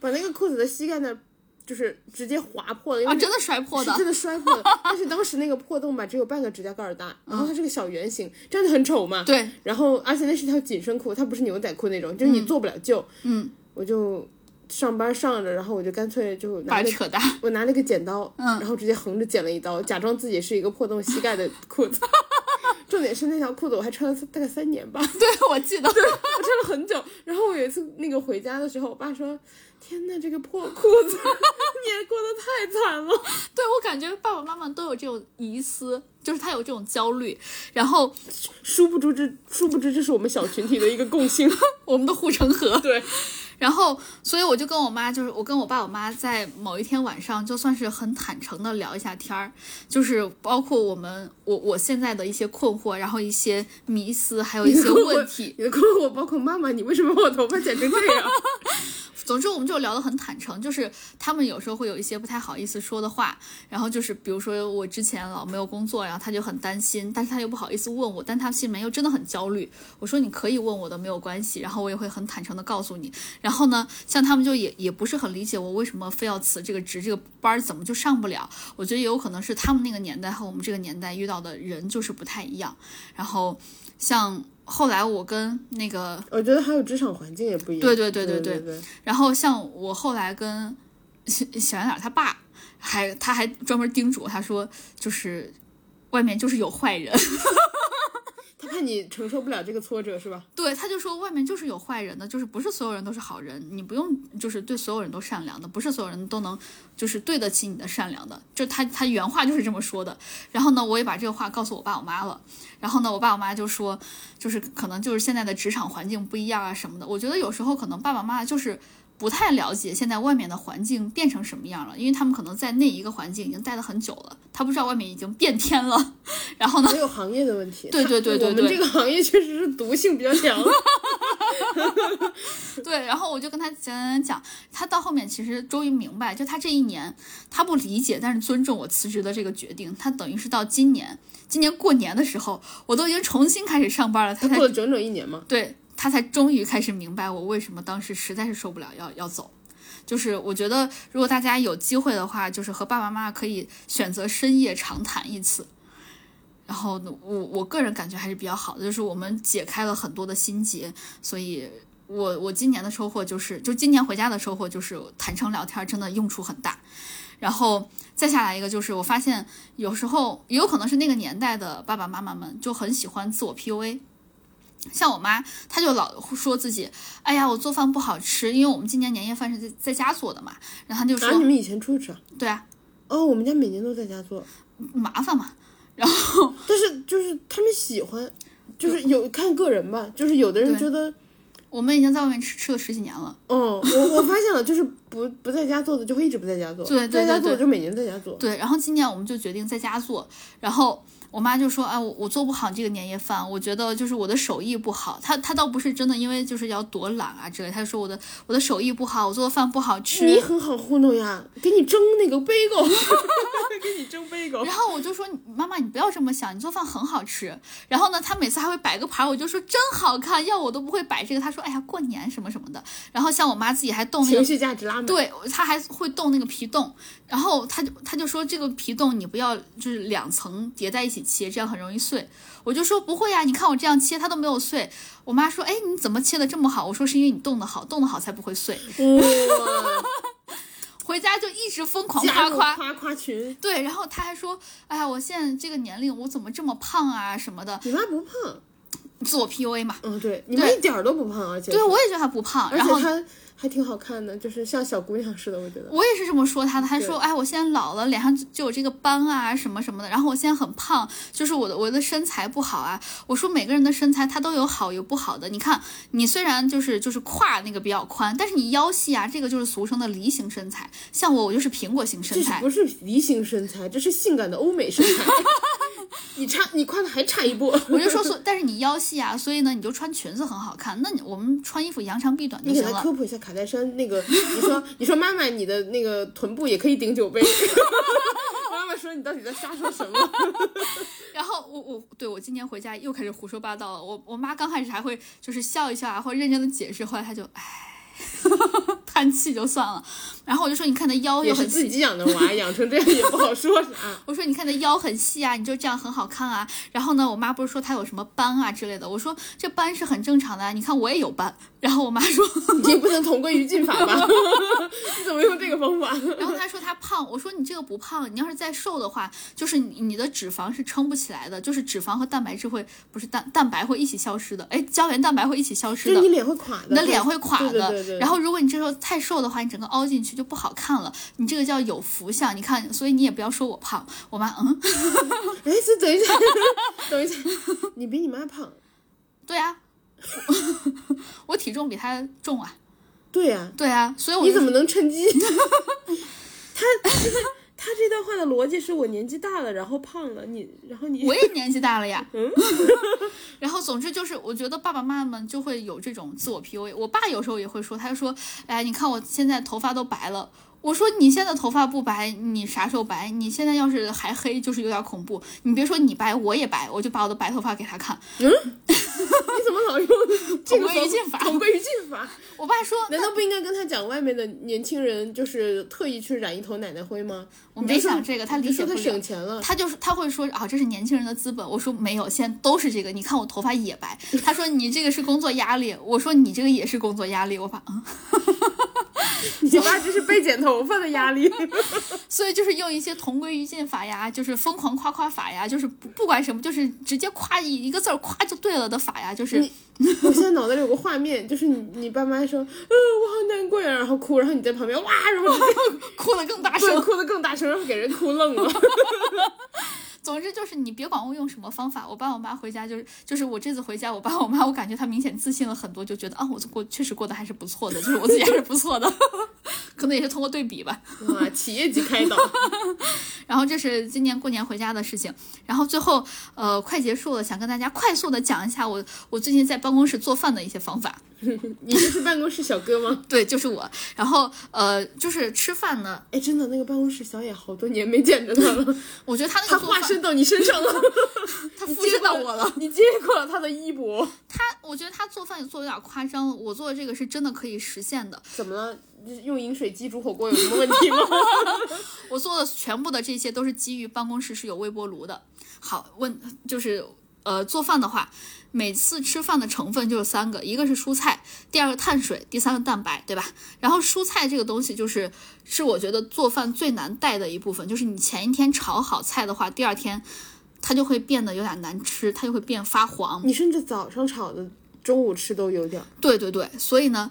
Speaker 1: 把那个裤子的膝盖那儿就是直接划破了，因为
Speaker 2: 啊，
Speaker 1: 那
Speaker 2: 真的摔破的
Speaker 1: 是，真的摔破了。但是当时那个破洞吧，只有半个指甲盖儿大，然后它是个小圆形，真的很丑嘛。
Speaker 2: *laughs* 对。
Speaker 1: 然后而且那是条紧身裤，它不是牛仔裤那种，就是你做不了旧。嗯。我就上班上着，然后我就干脆就拿
Speaker 2: 把
Speaker 1: 那
Speaker 2: 扯淡。
Speaker 1: *laughs* 我拿了个剪刀，嗯，然后直接横着剪了一刀，假装自己是一个破洞膝盖的裤 *laughs* 子。重点是那条裤子我还 *laughs* 穿了大概三年吧，
Speaker 2: 对，我记得。
Speaker 1: 我穿了很久。然后我有一次那个回家的时候，我爸说：“天呐，这个破裤子， *laughs* 你也过得太惨了。”
Speaker 2: 对我感觉爸爸妈妈都有这种疑思，就是他有这种焦虑，然后
Speaker 1: 殊不知这殊不知这是我们小群体的一个共性。 *laughs*
Speaker 2: 我们的护城河。
Speaker 1: 对，
Speaker 2: 然后，所以我就跟我妈，就是我跟我爸我妈在某一天晚上，就算是很坦诚的聊一下天儿，就是包括我们我我现在的一些困惑，然后一些
Speaker 1: *laughs*
Speaker 2: 迷思，还有一些问题。
Speaker 1: 你的困惑包括妈妈，你为什么把我头发剪成这样？
Speaker 2: 总之，我们就聊得很坦诚，就是他们有时候会有一些不太好意思说的话，然后就是比如说我之前老没有工作，然后他就很担心，但是他又不好意思问我，但他心里面又真的很焦虑。我说你可以问我的，没有关系，然后我也会很坦诚的告诉你。然后呢，像他们就也也不是很理解我为什么非要辞这个职，这个班儿怎么就上不了？我觉得也有可能是他们那个年代和我们这个年代遇到的人就是不太一样。然后像后来我跟那个
Speaker 1: 我觉得还有职场环境也不一样。
Speaker 2: 对对对
Speaker 1: 对
Speaker 2: 对对然后像我后来跟小小圆脸儿他爸还他还专门叮嘱我他说，就是外面就是有坏人，
Speaker 1: 他怕你承受不了这个挫折是吧？
Speaker 2: 对，他就说外面就是有坏人的，就是不是所有人都是好人，你不用就是对所有人都善良的，不是所有人都能就是对得起你的善良的，就他他原话就是这么说的。然后呢，我也把这个话告诉我爸我妈了，然后呢，我爸我妈就说，就是可能就是现在的职场环境不一样啊什么的。我觉得有时候可能爸爸妈妈就是。不太了解现在外面的环境变成什么样了，因为他们可能在那一个环境已经待了很久了，他不知道外面已经变天了。然后呢，
Speaker 1: 还有行业的问题。
Speaker 2: 哦对
Speaker 1: *laughs*
Speaker 2: 对对对
Speaker 1: 我们
Speaker 2: 对
Speaker 1: 这个行业确实是毒性比较
Speaker 2: *laughs*
Speaker 1: 强。
Speaker 2: 对，然后我就跟他讲讲讲，他到后面其实终于明白，就他这一年他不理解，但是尊重我辞职的这个决定。他等于是到今年，今年过年的时候，我都已经重新开始上班了，
Speaker 1: 他 *laughs*
Speaker 2: 他才
Speaker 1: 过了整整一年嘛，
Speaker 2: 对他才终于开始明白我为什么当时实在是受不了要要走。就是我觉得，如果大家有机会的话，就是和爸爸妈妈可以选择深夜长谈一次。然后呢我我个人感觉还是比较好的，就是我们解开了很多的心结，所以我我今年的收获就是，就今年回家的收获就是坦诚聊天，真的用处很大。然后再下来一个就是，我发现有时候也有可能是那个年代的爸爸妈妈们就很喜欢自我 PUA，像我妈，她就老说自己，哎呀，我做饭不好吃，因为我们今年年夜饭是在在家做的嘛，然后她就说，
Speaker 1: 啊，你们以前出去吃啊？
Speaker 2: 对啊，
Speaker 1: 哦，我们家每年都在家做，
Speaker 2: 麻烦嘛，
Speaker 1: 但是就是他们喜欢，就是有看个人吧，就是有的人觉得，
Speaker 2: 我们已经在外面吃吃了十几年了，
Speaker 1: 嗯，我我发现了，就是不不在家做的就会一直不在家做，
Speaker 2: 对对
Speaker 1: 在家
Speaker 2: 对
Speaker 1: 做
Speaker 2: 对
Speaker 1: 的就每年在家做，
Speaker 2: 对，然后今年我们就决定在家做，然后我妈就说，哎，我我做不好这个年夜饭，我觉得就是我的手艺不好，她她倒不是真的因为就是要多懒啊之类，她就说我的我的手艺不好，我做的饭不好吃，
Speaker 1: 你很好糊弄呀，给你蒸那个
Speaker 2: *laughs*
Speaker 1: bagel，给你蒸 bagel，
Speaker 2: 然后我就说你妈妈，你不要这么想，你做饭很好吃。然后呢，她每次还会摆个盘儿，我就说真好看，要我都不会摆这个。她说哎呀，过年什么什么的。然后像我妈自己还动那
Speaker 1: *laughs* 情
Speaker 2: 个，
Speaker 1: 绪价值拉满。
Speaker 2: 对，她还会动那个皮冻。然后她就她就说这个皮冻你不要就是两层叠在一起切，这样很容易碎。我就说不会啊呀、你看我这样切它都没有碎。我妈说哎你怎么切的这么好？我说是因为你冻得好，冻得好才不会碎。
Speaker 1: 哇，
Speaker 2: 回家就一直疯狂
Speaker 1: 加
Speaker 2: 夸
Speaker 1: 入
Speaker 2: 夸。
Speaker 1: 夸夸群，
Speaker 2: 对，然后他还说：“哎呀，我现在这个年龄，我怎么这么胖啊什么的，
Speaker 1: 你妈不胖，
Speaker 2: 自我 PUA 嘛。
Speaker 1: 嗯，对，你妈一点儿都不胖，而”且
Speaker 2: 对，我也觉得他不胖，
Speaker 1: 而
Speaker 2: 然
Speaker 1: 且
Speaker 2: 后
Speaker 1: 她还挺好看的，就是像小姑娘似的，我觉得。
Speaker 2: 我也是这么说他的，他说：“哎，我现在老了，脸上就就有这个斑啊什么什么的，然后我现在很胖，就是我的我的身材不好啊。”我说：“每个人的身材他都有好有不好的，你看你虽然就是就是胯那个比较宽，但是你腰细啊，这个就是俗称的梨形身材，像我我就是苹果型身
Speaker 1: 这是
Speaker 2: 材。”
Speaker 1: 不是梨形身材？这是性感的欧美身材。你差，你夸的还差一步。
Speaker 2: 我就
Speaker 1: *laughs*
Speaker 2: 说，所但是你腰细啊，所以呢，你就穿裙子很好看。那你我们穿衣服扬长避短就
Speaker 1: 你给
Speaker 2: 行
Speaker 1: 他
Speaker 2: 了。
Speaker 1: 科普一下卡戴珊那个，你说你说妈妈，你的那个臀部也可以顶酒杯。妈妈说你到底在瞎说什么？
Speaker 2: 然后我我对我今年回家又开始胡说八道了。我我妈刚开始还会就是笑一笑啊，或者认真的解释，后来她就唉， *laughs* 叹气就算了。然后我就说，你看她腰
Speaker 1: 也
Speaker 2: 又
Speaker 1: 是
Speaker 2: 很
Speaker 1: 自
Speaker 2: 细，
Speaker 1: 己养的娃，养成这样也不好说啥。
Speaker 2: 我说你看她腰很细啊，你就这样很好看啊。然后呢，我妈不是说她有什么斑啊之类的，我说这斑是很正常的啊，你看我也有斑。然后我妈说， *laughs*
Speaker 1: 你不能同归于尽法吧？你怎么用这个方法？
Speaker 2: 然后她说她胖，我说你这个不胖，你要是再瘦的话，就是你你的脂肪是撑不起来的，就是脂肪和蛋白质会不是蛋蛋白会一起消失的，哎，胶原蛋白会一起消失
Speaker 1: 就
Speaker 2: 的
Speaker 1: 是。你脸会垮的，
Speaker 2: 你的脸会垮的。
Speaker 1: 对对对对
Speaker 2: 然后如果你这时候太瘦的话，你整个凹进去就不好看了，你这个叫有福相。你看，所以你也不要说我胖，我妈嗯， *laughs*
Speaker 1: 哎，这等一下，等一下，你比你妈胖。
Speaker 2: 对啊， *laughs* 我我体重比她重啊，
Speaker 1: 对呀、
Speaker 2: 对啊，所以我 *laughs*
Speaker 1: 你
Speaker 2: 就
Speaker 1: 怎么能趁机？他就是他这段话的逻辑是我年纪大了，然后胖了，你然后你
Speaker 2: 我也年纪大
Speaker 1: *laughs*
Speaker 2: 了呀。
Speaker 1: 嗯
Speaker 2: *laughs* 然后总之就是，我觉得爸爸妈妈们就会有这种自我 PUA。我爸有时候也会说，他就说：“哎，你看我现在头发都白了。”我说：“你现在头发不白，你啥时候白？你现在要是还黑，就是有点恐怖。你别说你白，我也白，我就把我的白头发给他看。
Speaker 1: *laughs* 你怎么老用这个
Speaker 2: 同归于
Speaker 1: 方
Speaker 2: 尽法
Speaker 1: 同归于尽法。”
Speaker 2: 我爸说
Speaker 1: 难道不应该跟他讲外面的年轻人就是特意去染一头奶奶灰吗？：“
Speaker 2: 我没想这个，他
Speaker 1: 你
Speaker 2: 理
Speaker 1: 就说
Speaker 2: 解不
Speaker 1: 他
Speaker 2: 了。”
Speaker 1: 省钱了，
Speaker 2: 他就是他会说啊，这是年轻人的资本。我说没有，现在都是这个。你看我头发也
Speaker 1: *laughs*
Speaker 2: 白。他说你这个是工作压力。我说你这个也是工作压力。我把嗯，
Speaker 1: 你妈这是被剪头发的压力。
Speaker 2: 所以就是用一些同归于尽法呀，就是疯狂夸夸法呀，就是不不管什么，就是直接夸一一个字儿夸就对了的法呀，就是
Speaker 1: 你 *laughs* 我现在脑袋里有个画面，就是你你爸妈说，嗯、我好难过呀，然后哭，然后你在旁边哇，然 *laughs* 后你
Speaker 2: *laughs* 哭得更大
Speaker 1: 对
Speaker 2: 声。
Speaker 1: 哭的更大声，然后给人哭愣了。
Speaker 2: 总之就是你别管我用什么方法，我爸我妈回家就是就是我这次回家，我爸我妈我感觉他明显自信了很多，就觉得啊，我过确实过得还是不错的，就是我自己还是不错的， *laughs* 可能也是通过对比吧。
Speaker 1: 哇，企业级开导，
Speaker 2: 然后这是今年过年回家的事情，然后最后呃快结束了，想跟大家快速的讲一下我我最近在办公室做饭的一些方法。
Speaker 1: 你就是办公室小哥吗？
Speaker 2: 对，就是我。然后呃就是吃饭呢，
Speaker 1: 哎，真的，那个办公室小野好多年没见着他了，
Speaker 2: 我觉得他
Speaker 1: *laughs*
Speaker 2: 那
Speaker 1: 他
Speaker 2: 个做
Speaker 1: 化
Speaker 2: 饭
Speaker 1: 身到你身上了，
Speaker 2: 他复制到我了。
Speaker 1: *laughs* 你接过了他的衣钵，
Speaker 2: 他我觉得他做饭也做得有点夸张了，我做的这个是真的可以实现的。
Speaker 1: 怎么了？用饮水机煮火锅有什么问题吗？ *laughs*
Speaker 2: 我做的全部的这些都是基于办公室是有微波炉的。好，问就是呃做饭的话，每次吃饭的成分就是三个，一个是蔬菜，第二个碳水，第三个蛋白，对吧？然后蔬菜这个东西就是是我觉得做饭最难带的一部分，就是你前一天炒好菜的话，第二天。它就会变得有点难吃，它就会变发黄。
Speaker 1: 你甚至早上炒的，中午吃都有点儿
Speaker 2: 对对对，所以呢，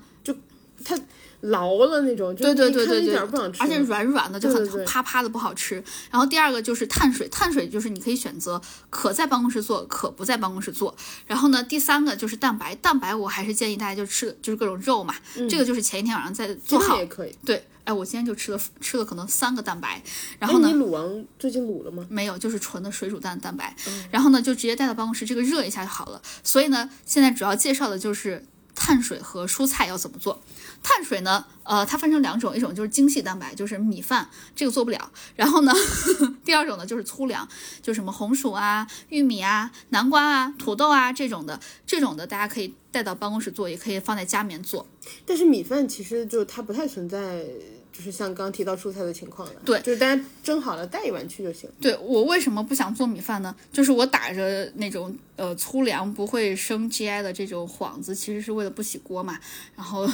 Speaker 1: 劳了那种，就
Speaker 2: 对对
Speaker 1: 你
Speaker 2: 对
Speaker 1: 看
Speaker 2: 对
Speaker 1: 一
Speaker 2: 对
Speaker 1: 点儿不想，吃，
Speaker 2: 而且软软的就
Speaker 1: 对对
Speaker 2: 很
Speaker 1: 对
Speaker 2: 啪啪的不好吃。然后第二个就是碳水，碳水就是你可以选择可在办公室做，可不在办公室做。然后呢，第三个就是蛋白，蛋白我还是建议大家就吃就是各种肉嘛，这个就是前一天晚上再
Speaker 1: 鸡
Speaker 2: 做
Speaker 1: 蛋嗯
Speaker 2: 好
Speaker 1: 也。可以。
Speaker 2: 对，哎，我今天就吃了吃了可能三个蛋白，然
Speaker 1: 哎，
Speaker 2: 后呢
Speaker 1: 你，卤王最近卤了吗？
Speaker 2: 没有，就是纯的水煮蛋蛋白。然后呢，就直接带到办公室这个热一下就好了。所以呢，现在主要介绍的就是碳水和蔬菜要怎么做。碳水呢，呃，它分成两种，一种就是精细蛋白，就是米饭，这个做不了。然后呢， *laughs* 第二种呢就是粗粮，就什么红薯啊、玉米啊、南瓜啊、土豆啊这种的，这种的大家可以带到办公室做，也可以放在家里面做。
Speaker 1: 但是米饭其实就它不太存在，就是像刚提到蔬菜的情况了。
Speaker 2: 对
Speaker 1: 就是大家蒸好了带一碗去就行。
Speaker 2: 对我为什么不想做米饭呢？就是我打着那种呃粗粮不会升 GI 的这种幌子，其实是为了不洗锅嘛。然后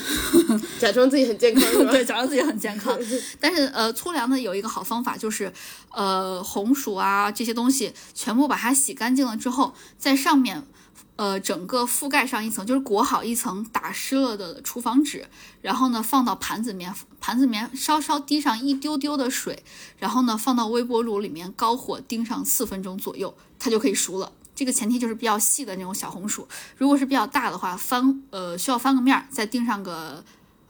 Speaker 1: 假装自己很健康是吧？
Speaker 2: 对，假装自己很健康。但是呃，粗粮呢有一个好方法，就是呃红薯啊这些东西全部把它洗干净了之后，在上面。呃，整个覆盖上一层，就是裹好一层打湿了的厨房纸，然后呢放到盘子里面，盘子里面稍稍滴上一丢丢的水，然后呢放到微波炉里面高火叮上四分钟左右，它就可以熟了。这个前提就是比较细的那种小红薯，如果是比较大的话，翻呃需要翻个面儿，再叮上个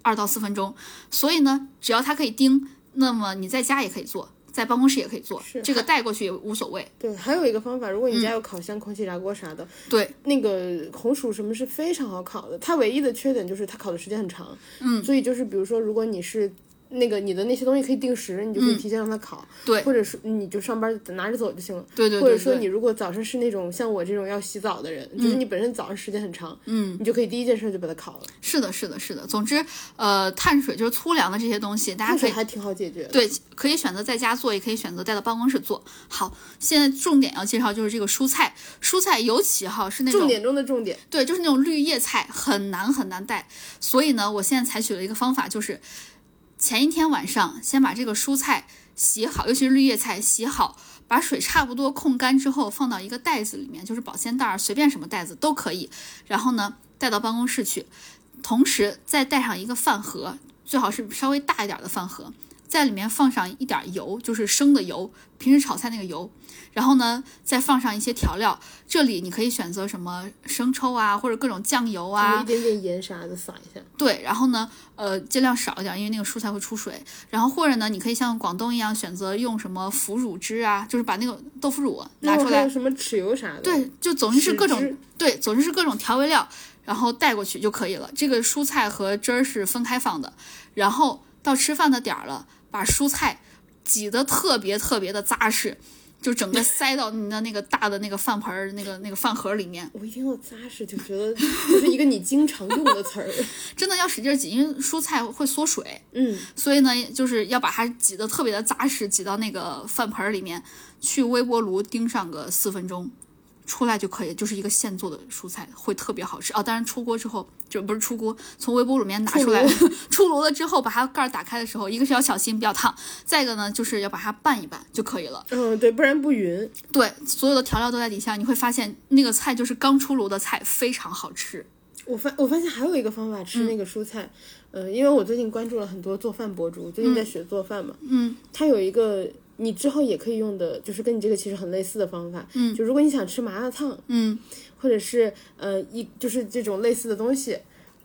Speaker 2: 二到四分钟。所以呢，只要它可以叮，那么你在家也可以做，在办公室也可以做，这个带过去也无所谓。
Speaker 1: 对，还有一个方法，如果你家有烤箱、空气炸锅啥的，
Speaker 2: 嗯对，
Speaker 1: 那个红薯什么是非常好烤的，它唯一的缺点就是它烤的时间很长。嗯，所以就是比如说，如果你是那个你的那些东西可以定时，你就可以提前让它烤。
Speaker 2: 嗯对
Speaker 1: 或者是你就上班拿着走就行了。
Speaker 2: 对对对
Speaker 1: 或者说
Speaker 2: 对嗯
Speaker 1: 你如果早上是那种像我这种要洗澡的人，就是你本身早上时间很长，嗯，你就可以第一件事就把它烤了。
Speaker 2: 是的，是的，是的。总之，呃，碳水就是粗粮的这些东西，大家
Speaker 1: 但
Speaker 2: 可
Speaker 1: 是
Speaker 2: 以
Speaker 1: 还挺好解决的。
Speaker 2: 对，可以选择在家做，也可以选择带到办公室做。好，现在重点要介绍就是这个蔬菜，蔬菜尤其哈是那种
Speaker 1: 重点中的重点，
Speaker 2: 对，就是那种绿叶菜很难很难带，所以呢，我现在采取了一个方法，就是前一天晚上先把这个蔬菜洗好，尤其是绿叶菜洗好，把水差不多控干之后，放到一个袋子里面，就是保鲜袋儿，随便什么袋子都可以。然后呢，带到办公室去，同时再带上一个饭盒，最好是稍微大一点儿的饭盒。在里面放上一点油，就是生的油，平时炒菜那个油，然后呢再放上一些调料。这里你可以选择什么生抽啊，或者各种酱油啊，
Speaker 1: 一点点盐啥的撒一下。
Speaker 2: 对，然后呢，呃，尽量少一点，因为那个蔬菜会出水。然后或者呢，你可以像广东一样选择用什么腐乳汁啊，就是把那个豆腐乳拿
Speaker 1: 然后
Speaker 2: 出
Speaker 1: 还有
Speaker 2: 来，
Speaker 1: 什么豉油啥的？
Speaker 2: 对，就总之是各
Speaker 1: 豉
Speaker 2: 种
Speaker 1: 汁
Speaker 2: 对，总之是各种调味料，然后带过去就可以了。这个蔬菜和汁儿是分开放的，然后到吃饭的点儿了，把蔬菜挤得特别特别的扎实。就
Speaker 1: *laughs*
Speaker 2: 整个塞到你的那个大的那个饭盆儿、那个那个饭盒儿里面，
Speaker 1: 我一听到扎实就觉得就是一个你经常用的
Speaker 2: *laughs*
Speaker 1: 词儿。
Speaker 2: 真的要使劲儿挤，因为蔬菜会缩水。
Speaker 1: 嗯，
Speaker 2: 所以呢，就是要把它挤得特别的扎实，挤到那个饭盆儿里面，去微波炉叮上个四分钟，出来就可以，就是一个现做的蔬菜，会特别好吃啊、当然出锅之后，就不是出锅，从微波炉里面拿出来， *laughs* 出炉了之后，把它盖儿打开的时候，一个是要小心不要烫，再一个呢，就是要把它拌一拌就可以了。
Speaker 1: 嗯，对，不然不匀。
Speaker 2: 对，所有的调料都在底下，你会发现那个菜就是刚出炉的菜，非常好吃。
Speaker 1: 我发我发现还有一个方法吃那个蔬菜，嗯、因为我最近关注了很多做饭博主，最近在学做饭嘛，
Speaker 2: 嗯，
Speaker 1: 它有一个你之后也可以用的，就是跟你这个其实很类似的方法，嗯，就如果你想吃麻辣烫，
Speaker 2: 嗯，
Speaker 1: 或者是呃一就是这种类似的东西，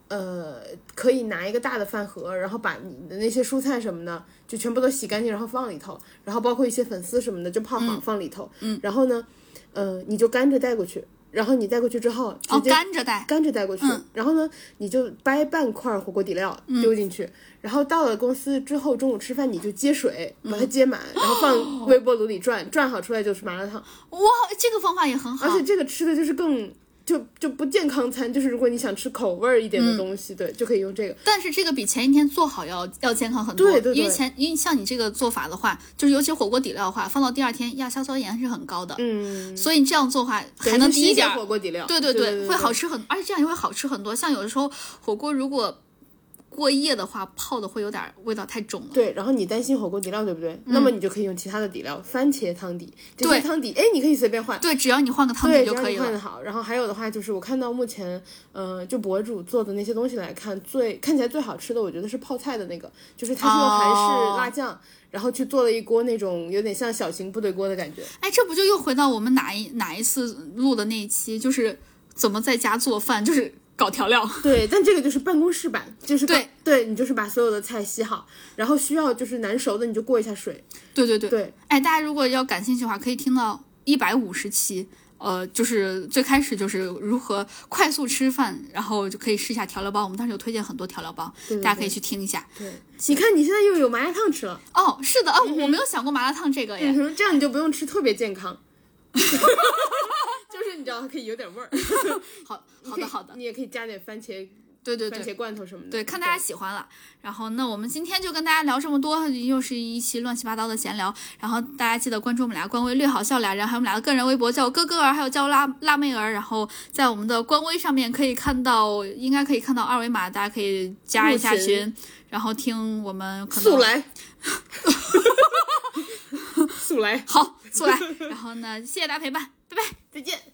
Speaker 1: 呃，可以拿一个大的饭盒，然后把你的那些蔬菜什么的就全部都洗干净，然后放里头，然后包括一些粉丝什么的就泡好放里头，嗯，然后呢，呃，你就干着带过去，然后你带过去之后直
Speaker 2: 哦，
Speaker 1: 接
Speaker 2: 干着带，
Speaker 1: 干着带过去，
Speaker 2: 嗯
Speaker 1: 然后呢，你就掰半块火锅底料丢进去，然后到了公司之后，中午吃饭你就接水，把
Speaker 2: 嗯
Speaker 1: 它接满，然后
Speaker 2: 哦
Speaker 1: 放微波炉里转，转好出来就是麻辣烫。
Speaker 2: 哇，这个方法也很好
Speaker 1: 而。且这个吃的就是更就就不健康餐，就是如果你想吃口味儿一
Speaker 2: 嗯
Speaker 1: 点的东西，对，就可以用这个。
Speaker 2: 但是这个比前一天做好要要健康很多，
Speaker 1: 对对对
Speaker 2: 因为前因为像你这个做法的话，就是尤其火锅底料的话，放到第二天亚硝酸盐是很高的，
Speaker 1: 嗯，
Speaker 2: 所以你这样做的话
Speaker 1: 等于
Speaker 2: 还能
Speaker 1: 是
Speaker 2: 低一
Speaker 1: 新
Speaker 2: 点
Speaker 1: 鲜
Speaker 2: 儿，
Speaker 1: 火锅底料，
Speaker 2: 对
Speaker 1: 对
Speaker 2: 对，
Speaker 1: 对，
Speaker 2: 会好吃很，而且这样也会好吃很多。像有的时候火锅如果过夜的话，泡的会有点儿味道太重了。
Speaker 1: 对，然后你担心火锅底料对不对？那么你就可以用其他的底料，番茄汤底这
Speaker 2: 嗯对
Speaker 1: 些汤底，哎，你可以随便换。
Speaker 2: 对，只要你换个汤底
Speaker 1: 对，
Speaker 2: 就
Speaker 1: 只要
Speaker 2: 可以
Speaker 1: 你换
Speaker 2: 了。
Speaker 1: 的好。然后还有的话就是，我看到目前，呃，就博主做的那些东西来看，最看起来最好吃的，我觉得是泡菜的那个，就是它是用韩
Speaker 2: 哦
Speaker 1: 式辣酱，然后去做了一锅那种有点像小型部队锅的感
Speaker 2: *laughs*
Speaker 1: 觉。
Speaker 2: 哎，这不就又回到我们哪一哪一次录的那一期，就是怎么在家做饭，就是搞调料。
Speaker 1: 对，但这个就是办公室版，就是
Speaker 2: 对
Speaker 1: 把对你就是把所有的菜洗好，然后需要就是难熟的你就过一下水。
Speaker 2: 对对对
Speaker 1: 对，
Speaker 2: 哎，大家如果要感兴趣的话，可以听到一百五十期，呃，就是最开始就是如何快速吃饭，然后就可以试一下调料包。我们当时有推荐很多调料包，
Speaker 1: 对对
Speaker 2: 大家可以去听一下。
Speaker 1: 你看你现在又有麻辣烫吃了，
Speaker 2: 哦，是的，哦，我没有想过麻辣烫这个耶。
Speaker 1: 嗯嗯，这样你就不用吃特别健
Speaker 2: *laughs*
Speaker 1: 康，就是你知道它可以有点味儿。
Speaker 2: 好好的 *laughs* 好
Speaker 1: *laughs*
Speaker 2: 的，
Speaker 1: 你也可以加点番茄
Speaker 2: 对对
Speaker 1: 番
Speaker 2: 对。
Speaker 1: 茄罐头什么的。
Speaker 2: 对，看大家喜欢了。然后，那我们今天就跟大家聊这么多，又是一期乱七八糟的闲聊。然后大家记得关注我们俩官微“略好笑俩人”，还有我们俩的个人微博，叫我哥哥儿，还有叫我辣辣妹儿。然后在我们的官微上面可以看到，应该可以看到二维码，大家可以加一下
Speaker 1: 入群
Speaker 2: 群，然后听我们可能
Speaker 1: 速来，速来，
Speaker 2: 好速来。然后呢，谢谢大家陪伴，拜拜。
Speaker 1: 再见。